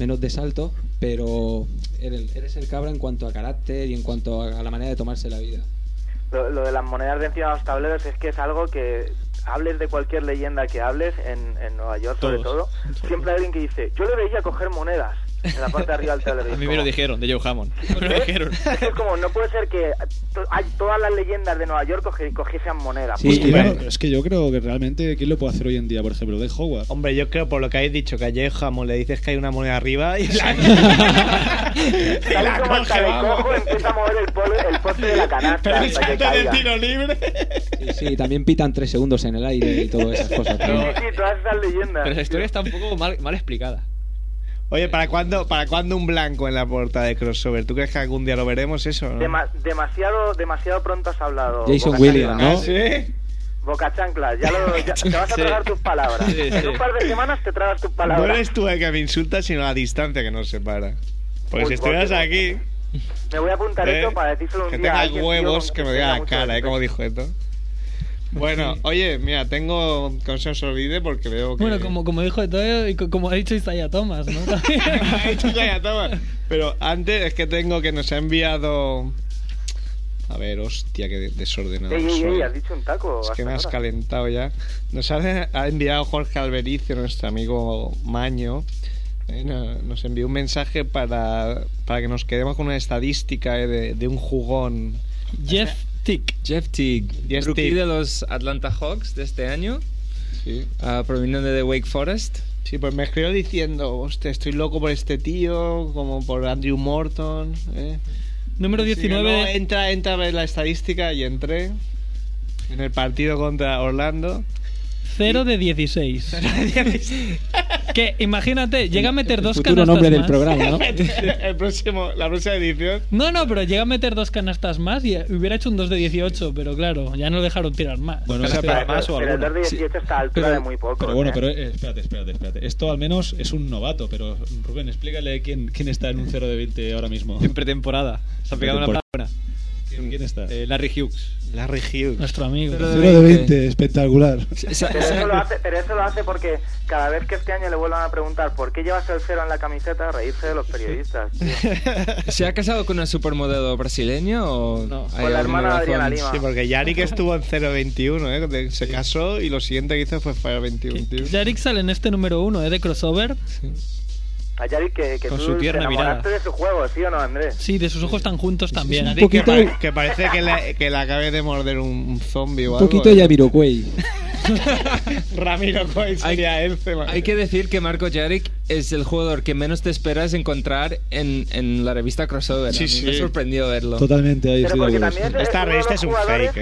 menos de salto, pero eres, eres el cabra en cuanto a carácter y en cuanto a, a la manera de tomarse la vida.
Lo, lo de las monedas de encima de los tableros es que es algo que hables de cualquier leyenda que hables, en, en Nueva York sobre
Todos.
todo, siempre hay alguien que dice, yo le veía coger monedas en la parte de arriba del tablero.
(laughs)
Y
A
es
mí me lo
como,
dijeron, de Joe Hammond. (laughs) Me lo
¿Eh? (laughs)
dijeron.
Es que es como, no puede ser que to- hay todas las leyendas de Nueva York coge-
(laughs)
cogiesen monedas.
Sí,
Pues
y
claro,
bueno.
es que yo creo que realmente, ¿quién lo puede hacer hoy en día? Por ejemplo, de Howard.
Hombre, yo creo por lo que habéis dicho, que ayer jamón le dices que hay una moneda arriba y la,
(laughs)
y
Tal y
la
como
coge,
sale y
vamos.
cojo, empieza a mover el, pol- el
(laughs)
poste de la canasta
Pero el
hasta que
salto de
caiga.
tiro libre.
Y sí, también pitan tres segundos en el aire y todas esas cosas.
Sí,
pero-
sí, sí, todas esas leyendas.
Pero esa historia está un poco mal, mal explicada.
Oye, ¿para cuándo, ¿para cuándo un blanco en la puerta de crossover? ¿Tú crees que algún día lo veremos eso? no?
Dema- demasiado, demasiado pronto has hablado.
Jason
Boca
Williams,
chanclas.
¿no?
¿Ah, ¿Sí?
Boca chanclas, ya, lo, ya- te vas a
Sí.
tragar tus palabras.
Sí, sí.
En un par de semanas te tragas tus
No
palabras.
eres tú el que me insulta, sino la distancia que nos separa. Porque
Uy,
si estuvieras
vos,
aquí,
Me voy a apuntar
¿eh?
esto para decírselo un
que
día. a
tenga
alguien, tío,
huevos
con-
que me
tenga
vea la
mucho
cara, ¿eh?
respeto.
Como dijo esto. Bueno, oye, mira, tengo que se os olvide porque veo que.
Bueno,
(laughs)
como, como dijo de todo y co- como ha dicho Isaiah Thomas, ¿no?
Ha hecho ya, toma. Pero antes es que tengo que nos ha enviado. A ver, hostia, qué desordenado.
Ey, ey, ey,
soy.
has dicho un taco.
Es que
hasta
me has
ahora.
calentado ya. Nos ha, ha enviado Jorge Albericio, nuestro amigo Maño. eh, no- nos envió un mensaje para, para que nos quedemos con una estadística eh, de, de un jugón. este-
Jeff Tick.
Jeff Teague,
Jeff
rookie
Teague.
Este de los Atlanta Hawks de este año,
Sí.
ah, proveniente de Wake Forest.
Sí, pues me escribió diciendo, hostia, estoy loco por este tío, como por Andrew Morton. ¿eh?
Número
Así que
19.
no, entra, entra a ver la estadística y entré en el partido contra Orlando.
0 de 16. que imagínate, llega a meter dos
futuro
canastas
nombre del
más. (laughs)
programa, ¿no?
(laughs) El próximo, la próxima edición.
No, no, pero llega a meter dos canastas más y eh, hubiera hecho un 2 de 18, pero claro, ya no dejaron tirar más.
Bueno,
Pero
ese
espera,
para más o
pero el
alguno.
2 de 18 está a la altura de muy poco.
Pero bueno,
¿eh?
pero eh, espérate, espérate, espérate. Esto al menos es un novato, pero Rubén, explícale quién, quién está en un 0 de 20 ahora mismo.
En pretemporada. Se ha pegado una
Pretemporada.
palabra.
¿Quién, quién está?
Eh, Larry Hughes.
Larry Hughes.
Nuestro amigo.
Pero- 0 de 20,
espectacular.
Pero eso,
(laughs)
lo hace, pero eso lo hace porque cada vez que este año le vuelvan a preguntar por qué llevas el cero en la camiseta, reírse de los periodistas. tío.
¿Se ha casado con una supermodelo brasileña o.?
No,
hay
con
alguna
la hermana de Adriana
razón?
Lima.
Sí, porque Yarik estuvo en 021, ¿eh? De- Se casó y lo siguiente que hizo fue Fire 21.
Yarix sale en este número uno, ¿eh? De crossover.
A Yari que, que
Con
tú
su
te
tierna
enamoraste
mirada.
de su juego, ¿sí o no, Andrés?
Sí, de sus ojos tan juntos también.
Un poquito,
Que,
un
pa- que parece que le, que le acabe de morder un, un zombie o algo.
poquito
¿eh?
Yamiroquay.
Ramiro Coy sería Ence, man.
Hay que decir que Marco Jaric es el jugador que menos te esperas encontrar en, en la revista Crossover.
Sí,
A mí
sí.
Me sorprendió verlo.
Totalmente ahí
Pero
estoy de
porque
acuerdo,
también
sí.
es-
Esta
uno de
revista
los
es un
jugadores-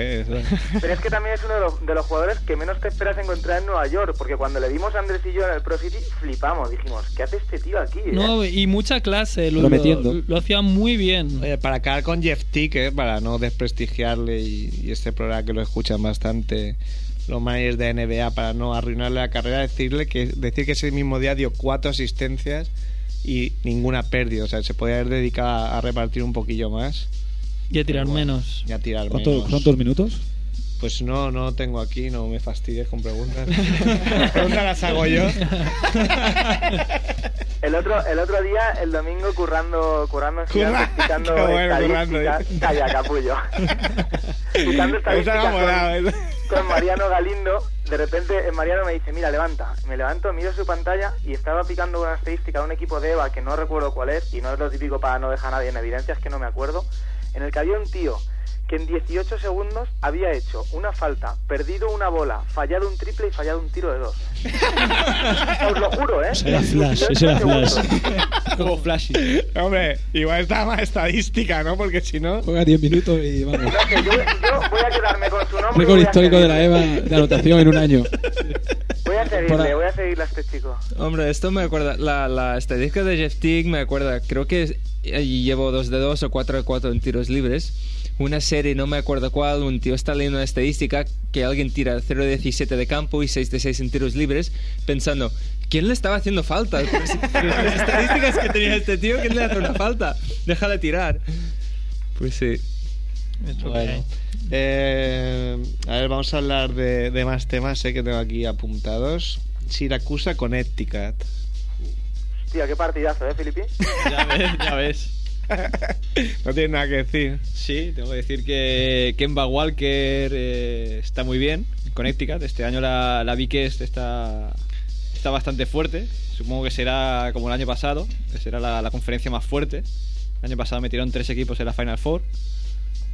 fake, ¿eh?
(laughs) Pero es que también es uno de los, de los jugadores que menos te esperas encontrar en Nueva York, porque cuando le vimos a Andrés y yo en el Pro City, flipamos. Dijimos, ¿qué hace este tío aquí? eh?".
No, y mucha clase. Lo,
Prometiendo.
lo- lo hacía muy bien.
Oye, para acabar con Jeff Tick, ¿eh? para no desprestigiarle y, y este programa que lo escuchan bastante los managers de NBA, para no arruinarle la carrera, decirle que decir que ese mismo día dio cuatro asistencias y ninguna pérdida. O sea, se podía haber dedicado a, a repartir un poquillo más
Y a tirar
Bueno.
menos.
y a tirar
¿Cuánto-
menos.
¿Cuántos minutos?
Pues no, no tengo aquí, no me fastidies con preguntas. Las preguntas las hago yo.
El otro, el otro día, el domingo, currando, currando, en
Curra-
gigante,
(laughs)
explicando
qué bueno, currando,
estadísticas.
eh.
Calla, capullo.
(laughs)
Explicando
Esa me ha
estadísticas
molado,
con,
¿eh?
con Mariano Galindo. De repente, eh, Mariano me dice, mira, levanta. Me levanto, miro su pantalla y estaba picando una estadística de un equipo de EVA que no recuerdo cuál es, y no es lo típico para no dejar a nadie en evidencia, es que no me acuerdo, en el que había un tío que en 18 segundos había hecho una falta, perdido una bola, fallado un triple y fallado un tiro de dos. Os lo juro, ¿eh?
era Flash, ese era
18
Flash.
segundos.
Como flashy.
Hombre, igual está más estadística, ¿no? Porque si
(laughs)
no.
Juega 10 minutos y vamos.
No, que yo, yo voy a quedarme con su nombre. y
Récord
voy a
histórico de la
seguirle.
EVA de anotación en un año.
Voy a seguirle,
Para-
voy a seguirle a este chico.
Hombre, esto me acuerda. La, la estadística de Jeff Teague me acuerda. Creo que es- allí llevo dos de dos o cuatro de cuatro en tiros libres. Una serie, no me acuerdo cuál, un tío está leyendo una estadística que alguien tira 0 de 17 de campo y 6 de 6 en tiros libres, pensando, ¿quién le estaba haciendo falta? Pues, las estadísticas que tenía este tío, ¿quién le hace una falta? Déjale tirar. Pues sí.
pues Bueno. Eh, a ver, vamos a hablar de, de más temas eh, que tengo aquí apuntados. Siracusa con Eticat.
Hostia, qué partidazo, ¿eh, Filipe?
Ya ves, ya ves.
No tiene nada que decir.
Sí, tengo que decir que Kemba Walker eh, está muy bien en Connecticut. Este año la, la Big East está, está bastante fuerte. Supongo que será como el año pasado, que será la, la conferencia más fuerte. El año pasado metieron tres equipos en la Final Four.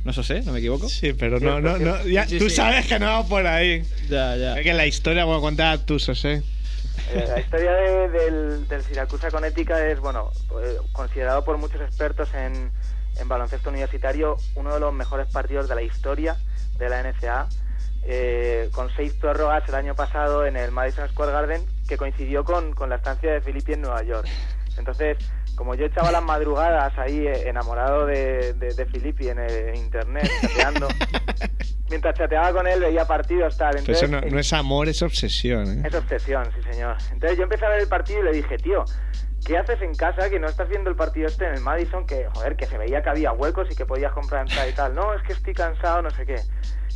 No eso sé, no me equivoco.
Sí, pero no, no, no. ya-
Sí,
tú
sí.
sabes que no va por ahí.
Ya, ya.
Es que la historia, voy a contar a tus, José.
Eh, la historia de- del, del Siracusa con ética es, bueno, eh, considerado por muchos expertos en, en baloncesto universitario uno de los mejores partidos de la historia de la NCAA, eh, con seis prórrogas el año pasado en el Madison Square Garden, que coincidió con, con la estancia de Filipe en Nueva York. Entonces, como yo echaba las madrugadas ahí eh, enamorado de, de, de Filippi en, el- en internet,
(laughs)
chateando, mientras chateaba con él veía partidos, tal.
Pero eso
Entonces,
no, no es amor, es obsesión. ¿eh?
es obsesión, sí señor. Entonces yo empecé a ver el partido y le dije, tío, ¿qué haces en casa que no estás viendo el partido este en el Madison? Que, joder, que se veía que había huecos y que podías comprar entrada y tal. No, es que estoy cansado, no sé qué.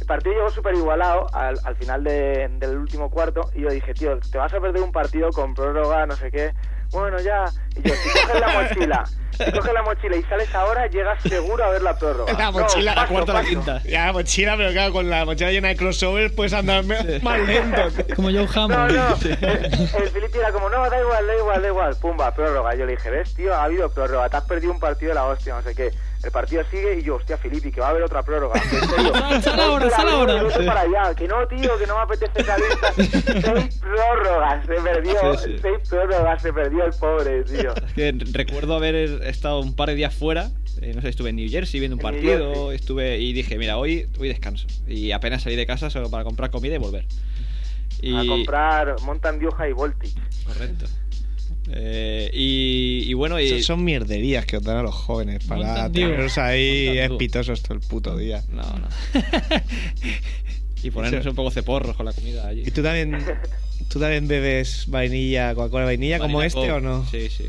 El partido llegó súper igualado al, al final de- del último cuarto y yo dije, tío, te vas a perder un partido con prórroga, no sé qué. Bueno, ya. Y yo, si coges la mochila, si coges la mochila y sales ahora, llegas seguro a ver la
(laughs)
prórroga.
La
No,
mochila, la
paso,
cuarta, la
paso.
quinta.
Ya, la mochila, pero claro, con la mochila llena de crossover puedes andar me- más (laughs) lento. tío.
Como Joe
No,
Hammond.
no.
(laughs)
El, el Filipe era como, no, da igual, da igual, da igual. Pumba, prórroga. Yo le dije, ves, tío, ha habido prórroga. Te has perdido un partido de la hostia, no sé qué. El partido sigue y yo, hostia, Filipe, que este va a haber
(laughs)
otra prórroga. En serio.
Sal- sal ahora, sal ahora.
Un minuto para allá. Que no, tío, que no me apetece
(laughs)
salir. seis prórrogas se perdió.
Sí, sí.
Seis prórrogas se perdió el pobre, tío.
Es que recuerdo haber estado un par de días fuera. eh, no sé, estuve en New Jersey viendo un
En New
partido.
Jersey.
Estuve y dije, mira, hoy, hoy descanso. Y apenas salí de casa solo para comprar comida y volver. Y,
A comprar Mountain Dew High Voltage.
Correcto. Eh, y, y bueno, y,
Esas son mierderías que os dan a los jóvenes para
Montan, tío.
teneros ahí
Montan tú.
espitosos todo el puto día.
No, no. (laughs) y ponernos un poco ceporros con la comida allí.
¿Y tú también, tú también bebes vainilla, Coca-Cola vainilla como
Vanilla
este
Coke.
o no?
Sí, sí.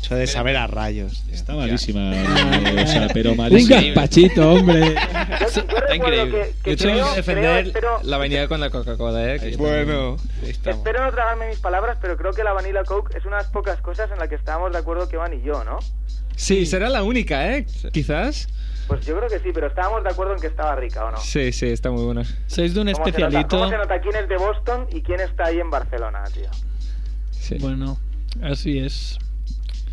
Eso de saber a rayos. tío.
Está malísima. eh, o
(laughs)
sea, pero
Un
malísima.
gazpachito, hombre.
Yo, yo recuerdo
increíble.
Yo tengo que
que, que creo- creo-
defender
espero-
la vainilla con la Coca-Cola, ¿eh? que yo
Bueno,
Ahí estamos.
Espero no tragarme mis palabras, pero creo que la Vanilla Coke es una de las pocas cosas en las que estábamos de acuerdo que Van y yo, ¿no?
también. Sí, será la única, ¿eh? Quizás.
Pues yo creo que sí, pero estábamos de acuerdo en que estaba rica, ¿o no?
Sí, sí, está muy buena.
Sois de un
este
¿Cómo se nota-
especialito.
¿Cómo se nota quién es de Boston y quién está ahí en Barcelona, tío?
Sí.
Bueno, así es.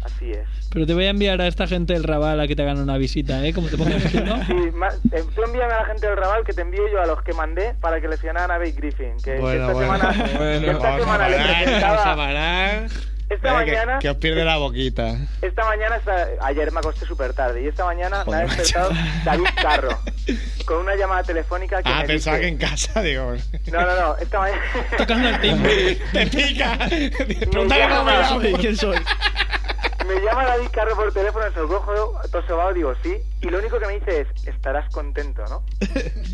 Así es.
Pero te voy a enviar a esta gente del Raval a que te hagan una visita, ¿eh? Como te pongas fino.
(laughs)
Sí, ma- eh, tú envíame a la gente del Raval que te envíe yo a los que mandé para que lesionaran a Big Griffin. Que, que
bueno,
esta
bueno. (laughs)
semana,
Bueno,
este que esta
vamos a
semana le
parar, vamos a
presentaba-
parar.
Esta
Eh, que-
mañana,
que, os pierde la boquita.
esta mañana, esta- ayer me acosté súper tarde y esta mañana
Joder,
me ha
macho. (laughs)
despertado David Carro con una llamada telefónica que
Ah,
me
pensaba que
dice-
en casa, (laughs) digo.
No, no, no, esta mañana...
(laughs)
Tocando el timbre.
¡Te pica!
(laughs)
Pregúntale
llama-
cómo me llamo.
¿Quién soy?
Me llama David Carro por teléfono en cojo tosobado, digo sí, y lo único que me dice es, estarás contento, ¿no?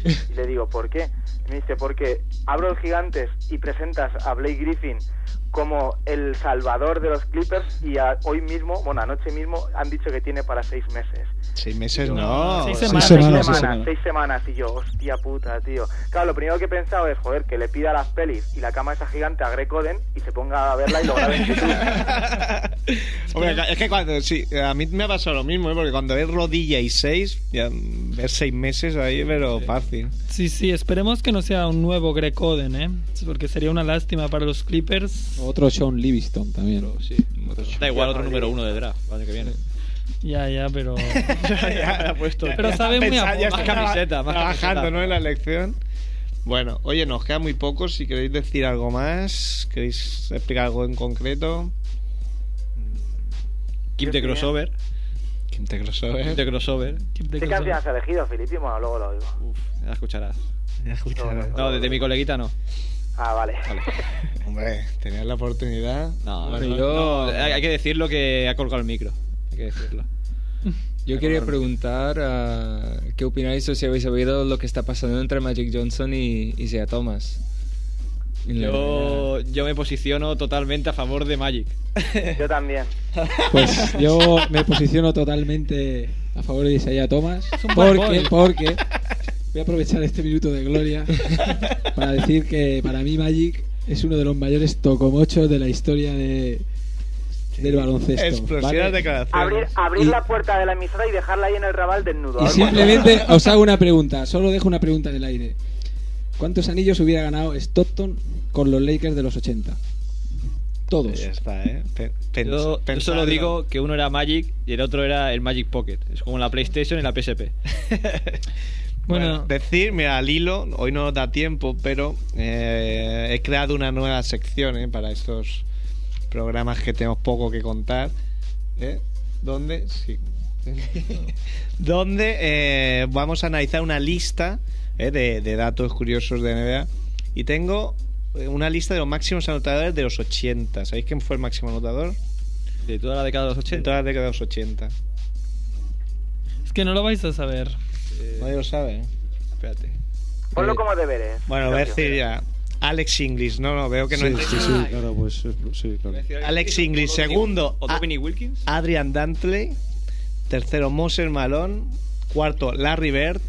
Y le digo, ¿por qué? Y me dice, porque abro los gigantes y presentas a Blake Griffin como el salvador de los Clippers y a- hoy mismo, bueno, anoche mismo, han dicho que tiene para seis meses.
Seis meses no.
Seis
Seis
semanas.
semanas,
semanas,
seis semanas.
seis semanas, y yo, hostia puta, tío. Claro, lo primero que he pensado es, joder, que le pida las pelis y la cama esa gigante a Greg Oden y se ponga a verla y
(laughs)
lo grabe en YouTube.
Hombre, es que cuando. Sí, a mí me ha pasado lo mismo, ¿eh? porque cuando es rodilla y seis, ya mm, es seis meses ahí, pero (laughs) fácil.
Sí, sí, esperemos que no sea un nuevo Greg Oden, ¿eh? Porque sería una lástima para los Clippers.
Otro Sean Livingston también.
Pero sí.
Pues
Da igual otro número uno de draft el año que viene.
Ya, ya, pero.
ya,
puesto.
Pero
Pues, Ya
sabe
está
muy a
pensando, ya
poco.
está
Más camiseta, más
Trabajando,
camiseta.
¿no? En la elección. Bueno, oye, nos queda muy poco. Si queréis decir algo más, queréis explicar algo en concreto.
Keep the crossover.
¿Quién te eh?
Keep the
crossover?
crossover.
¿Qué canción has elegido, Filipe? Bueno, luego lo digo.
Uf, la escucharás.
Luego lo-
No, de, de mi coleguita no.
Ah, vale.
Hombre, tenías la oportunidad.
No,
Bueno,
no,
yo-
no, hay, hay que decirlo que ha colgado el micro. Hay que decirlo.
Yo quería preguntar ah, qué opináis o si habéis oído lo que está pasando entre Magic Johnson y, y Isaiah Thomas. En la-
Yo, yo me posiciono totalmente a favor de Magic.
Yo también.
Pues yo me posiciono totalmente a favor de Isaiah Thomas.
Es un bad
Porque,
boy.
porque voy a aprovechar este minuto de gloria para decir que para mí Magic es uno de los mayores tocomochos de la historia de, del baloncesto.
Explosivas
¿vale?
declaraciones.
Abrir, abrir
Y-
la puerta de la emisora y dejarla ahí en el rabal desnudo.
Y simplemente os hago una pregunta, solo dejo una pregunta en el aire. ¿Cuántos anillos hubiera ganado Stockton con los Lakers de los 80? Todos.
Ya está, ¿eh? Pe- pens-
Yo, yo solo
pensadlo.
digo que uno era Magic y el otro era el Magic Pocket. Es como la PlayStation y la PSP.
Bueno,
decir, mira, al hilo, hoy no nos da tiempo, pero eh, he creado una nueva sección ¿eh? para estos programas que tenemos poco que contar. ¿eh? Donde, sí. (laughs) donde eh, vamos a analizar una lista ¿eh? de, de datos curiosos de NBA. Y tengo eh, una lista de los máximos anotadores de los 80. ¿Sabéis quién fue el máximo anotador?
De toda la década de los
De
80.
toda la década de los 80.
es que no lo vais a saber.
Eh,
Nadie lo sabe. ¿eh?
espérate.
Ponlo como deberes.
Bueno, voy a
Sergio.
decir ya. Alex Inglis, no, no, veo que no
Sí,
es.
sí, sí, claro, pues eh, sí, claro.
Alex Inglis, segundo.
¿O
Ah.
Dominic Wilkins?
Adrian Dantley. Tercero, Moser Malón. Cuarto, Larry Bird.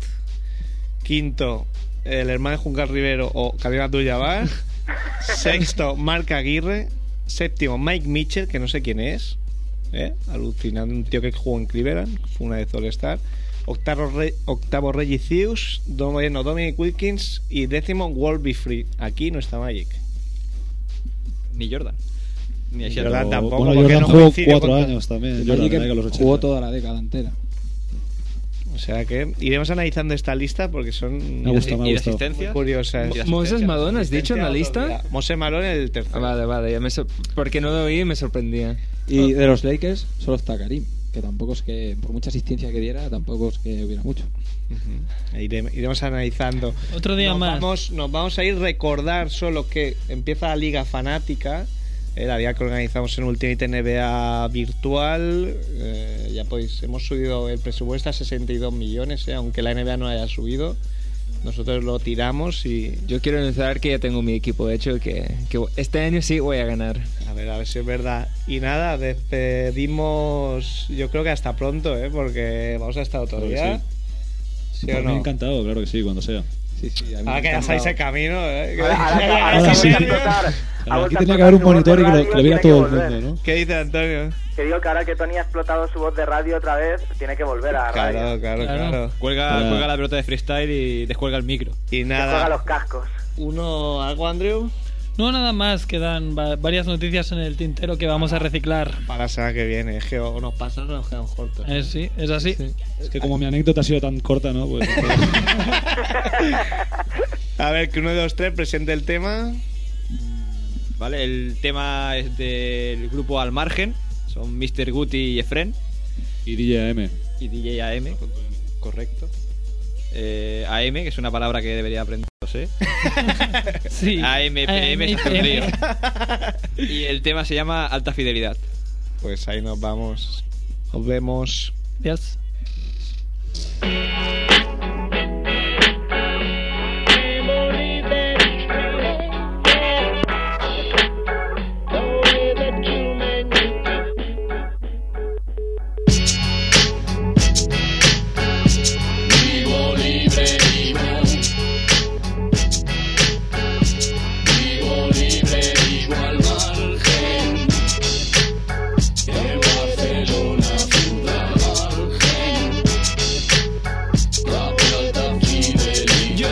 Quinto, el hermano de Juncal Rivero o Karim Abdul-Jabbar. Sexto, Marc Aguirre. Séptimo, Mike Mitchell, que no sé quién es. ¿eh? Alucinando, un tío que jugó en Cleveland. Fue una de All-Star. Octavo, Re- octavo Reggie Theus. Noveno, Dominic Wilkins. Y décimo, Wolby Free. Aquí no está Magic.
Ni Jordan. Ni Isaiah
Jordan
Thomas.
tampoco,
bueno,
porque
Jordan
no
jugó
coincidió
cuatro
con-
años también. Jordan,
Magic
la década de los 80.
jugó toda la década entera.
O sea que iremos analizando esta lista porque son
Me ha gustado, me ha
¿Y de
gustado.
asistencias?
curiosas.
Mo-
¿Moses Malone has dicho en la lista?
Mose Malone el
Ah,
tercero.
vale, vale, ya me sor- porque no lo oí me sorprendía.
Y de los Lakers solo está Karim, que tampoco es que, por mucha asistencia que diera, tampoco es que hubiera mucho.
Ujú. Irem- Iremos analizando.
Otro día
nos
más.
Vamos, nos vamos a ir recordar solo que empieza la Liga Fanática eh, la día que organizamos en Ultimate NBA virtual. eh, ya podéis, hemos subido el presupuesto a 62 millones, eh, aunque la NBA no haya subido. Nosotros lo tiramos y
Yo quiero anunciar que ya tengo mi equipo hecho, que, que este año sí voy a ganar.
a ver, a ver si es verdad. Y nada, despedimos, yo creo que hasta pronto, eh, porque vamos a estar otro
Creo que
día. ¿Sí o
Para mí
no?
encantado, claro que sí, cuando sea.
Sí, sí, a mí
Ah,
Ahora
me
que ya
encanta.
sabéis el camino, eh.
ahora sí. Aquí tenía que haber un monitor y que lo, que lo viera todo el mundo, ¿no?
¿Qué dice Antonio?
Que digo que ahora que Tony ha explotado su voz de radio otra vez, tiene que volver a radio.
Claro, claro,
Claro.
claro.
Cuelga,
Hola.
Ah.
cuelga la pelota de freestyle y descuelga el micro.
Y
Se juega
nada,
los cascos.
uno algo, Andrew,
No, nada más, quedan va- varias noticias en el tintero que vamos a reciclar.
para la semana que viene. Es que o nos pasa o nos quedamos cortos.
Eh, sí, es así.
Es que como mi anécdota ha sido tan corta, ¿no? (laughs) Pues,
A ver, que uno de los tres presente el tema.
¿Vale? El tema es del grupo Al Margen. Son Mr. Guti y Efren.
y DJ AM.
y DJ AM. Correcto. Eh, AM, que es una palabra que debería aprender, no sé.
Sí.
AM, PM,
AM,
se hace un lío. Y el tema se llama Alta Fidelidad.
Pues ahí nos vamos. Nos vemos.
Yes.
Yo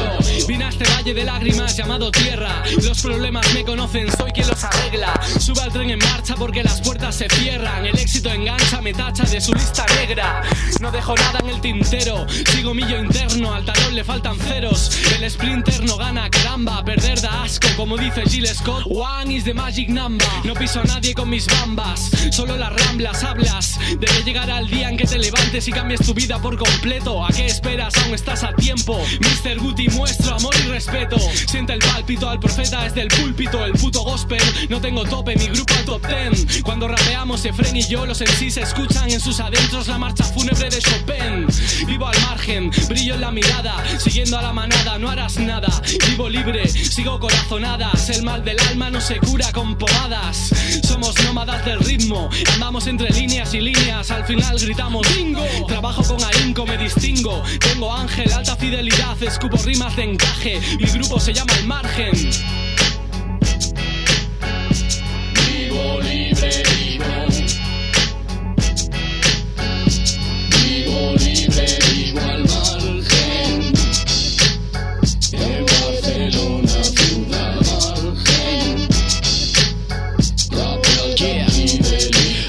vine a este valle de lágrimas llamado tierra. Los problemas me conocen, soy quien los arregla. Sube al tren en marcha porque las puertas se cierran. El éxito engancha, me tacha de su lista negra. No dejo nada en el tintero, sigo millo interno. Al talón le faltan ceros. El sprinter no gana, caramba. Perder da asco, como dice Gil Scott. One is the magic number. No piso a nadie con mis bambas, solo las ramblas hablas. Debe llegar al día en que te levantes y cambies tu vida por completo. ¿A qué esperas? Aún estás a tiempo. Mr. Guti, muestro amor y respeto. Siente el pálpito al profeta desde el púlpito. El puto gospel, no tengo tope, mi grupo al top ten. Cuando rapeamos, Efren y yo, los en sí se escuchan en sus adentros la marcha fúnebre de Chopin. Vivo al margen, brillo en la mirada. Siguiendo a la manada, no harás nada. Vivo libre, sigo corazonadas. El mal del alma no se cura con pomadas. Somos nómadas del ritmo, andamos entre líneas y líneas. Al final gritamos bingo. Trabajo con ahínco, me distingo. Tengo ángel, alta fidelidad, escupo rimas de encaje. Mi grupo se llama El Margen. Yeah.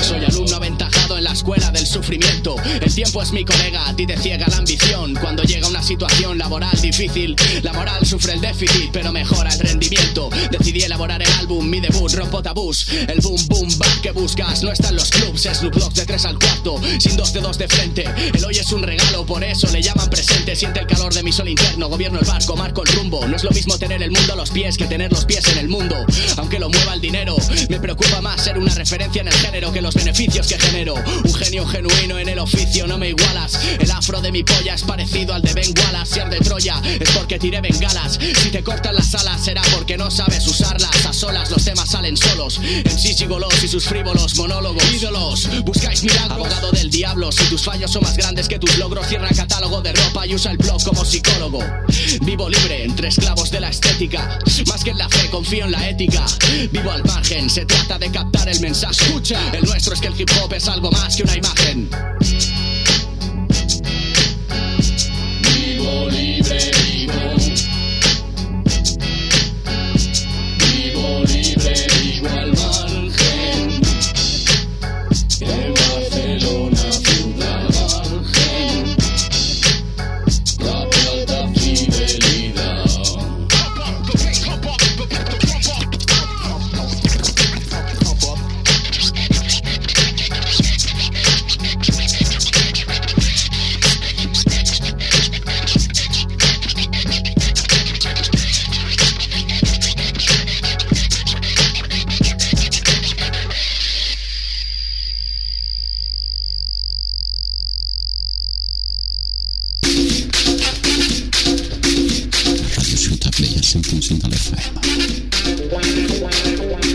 Soy alumno aventajado en la escuela del sufrimiento. El tiempo es mi colega, a ti te ciega la ambición. Cuando llega una situación laboral difícil, la moral sufre el déficit, pero mejora el rendimiento. Decidí elaborar el álbum, mi debut, rompo tabús. El boom, boom, bap que buscas no está en los clubs. Snoop Dogg de 3 al 4, sin dos dedos de frente. El hoy es un regalo, por eso le llaman presente. Siente el calor de mi sol interno, gobierno el barco, marco el rumbo. No es lo mismo tener el mundo a los pies que tener los pies en el mundo. Aunque lo mueva el dinero, me preocupa más ser una referencia en el género que los beneficios que genero. Un genio genuino en el oficio, no me igualas. El afro de mi polla es parecido al de Ben Wallace. Si arde Troya, es porque tiré bengalas. Si te cortan las alas, será porque no sabes usarlas. A solas los temas salen solos. En sí, gigolos y sus frívolos monólogos. Ídolos, buscáis milagros. Abogado del diablo, si tus fallos son más grandes que tus logros, cierra catálogo de ropa y usa el blog como psicólogo. Vivo libre entre esclavos de la estética. Más que en la fe, confío en la ética. Vivo al margen, se trata de captar el mensaje. Escucha, el nuestro es que el hip hop es algo más que una imagen. Vivo libre, vivo. Vivo libre, vivo al margen. En Barcelona, ciudad margen. Propia alta fidelidad.
100.5 de la FM.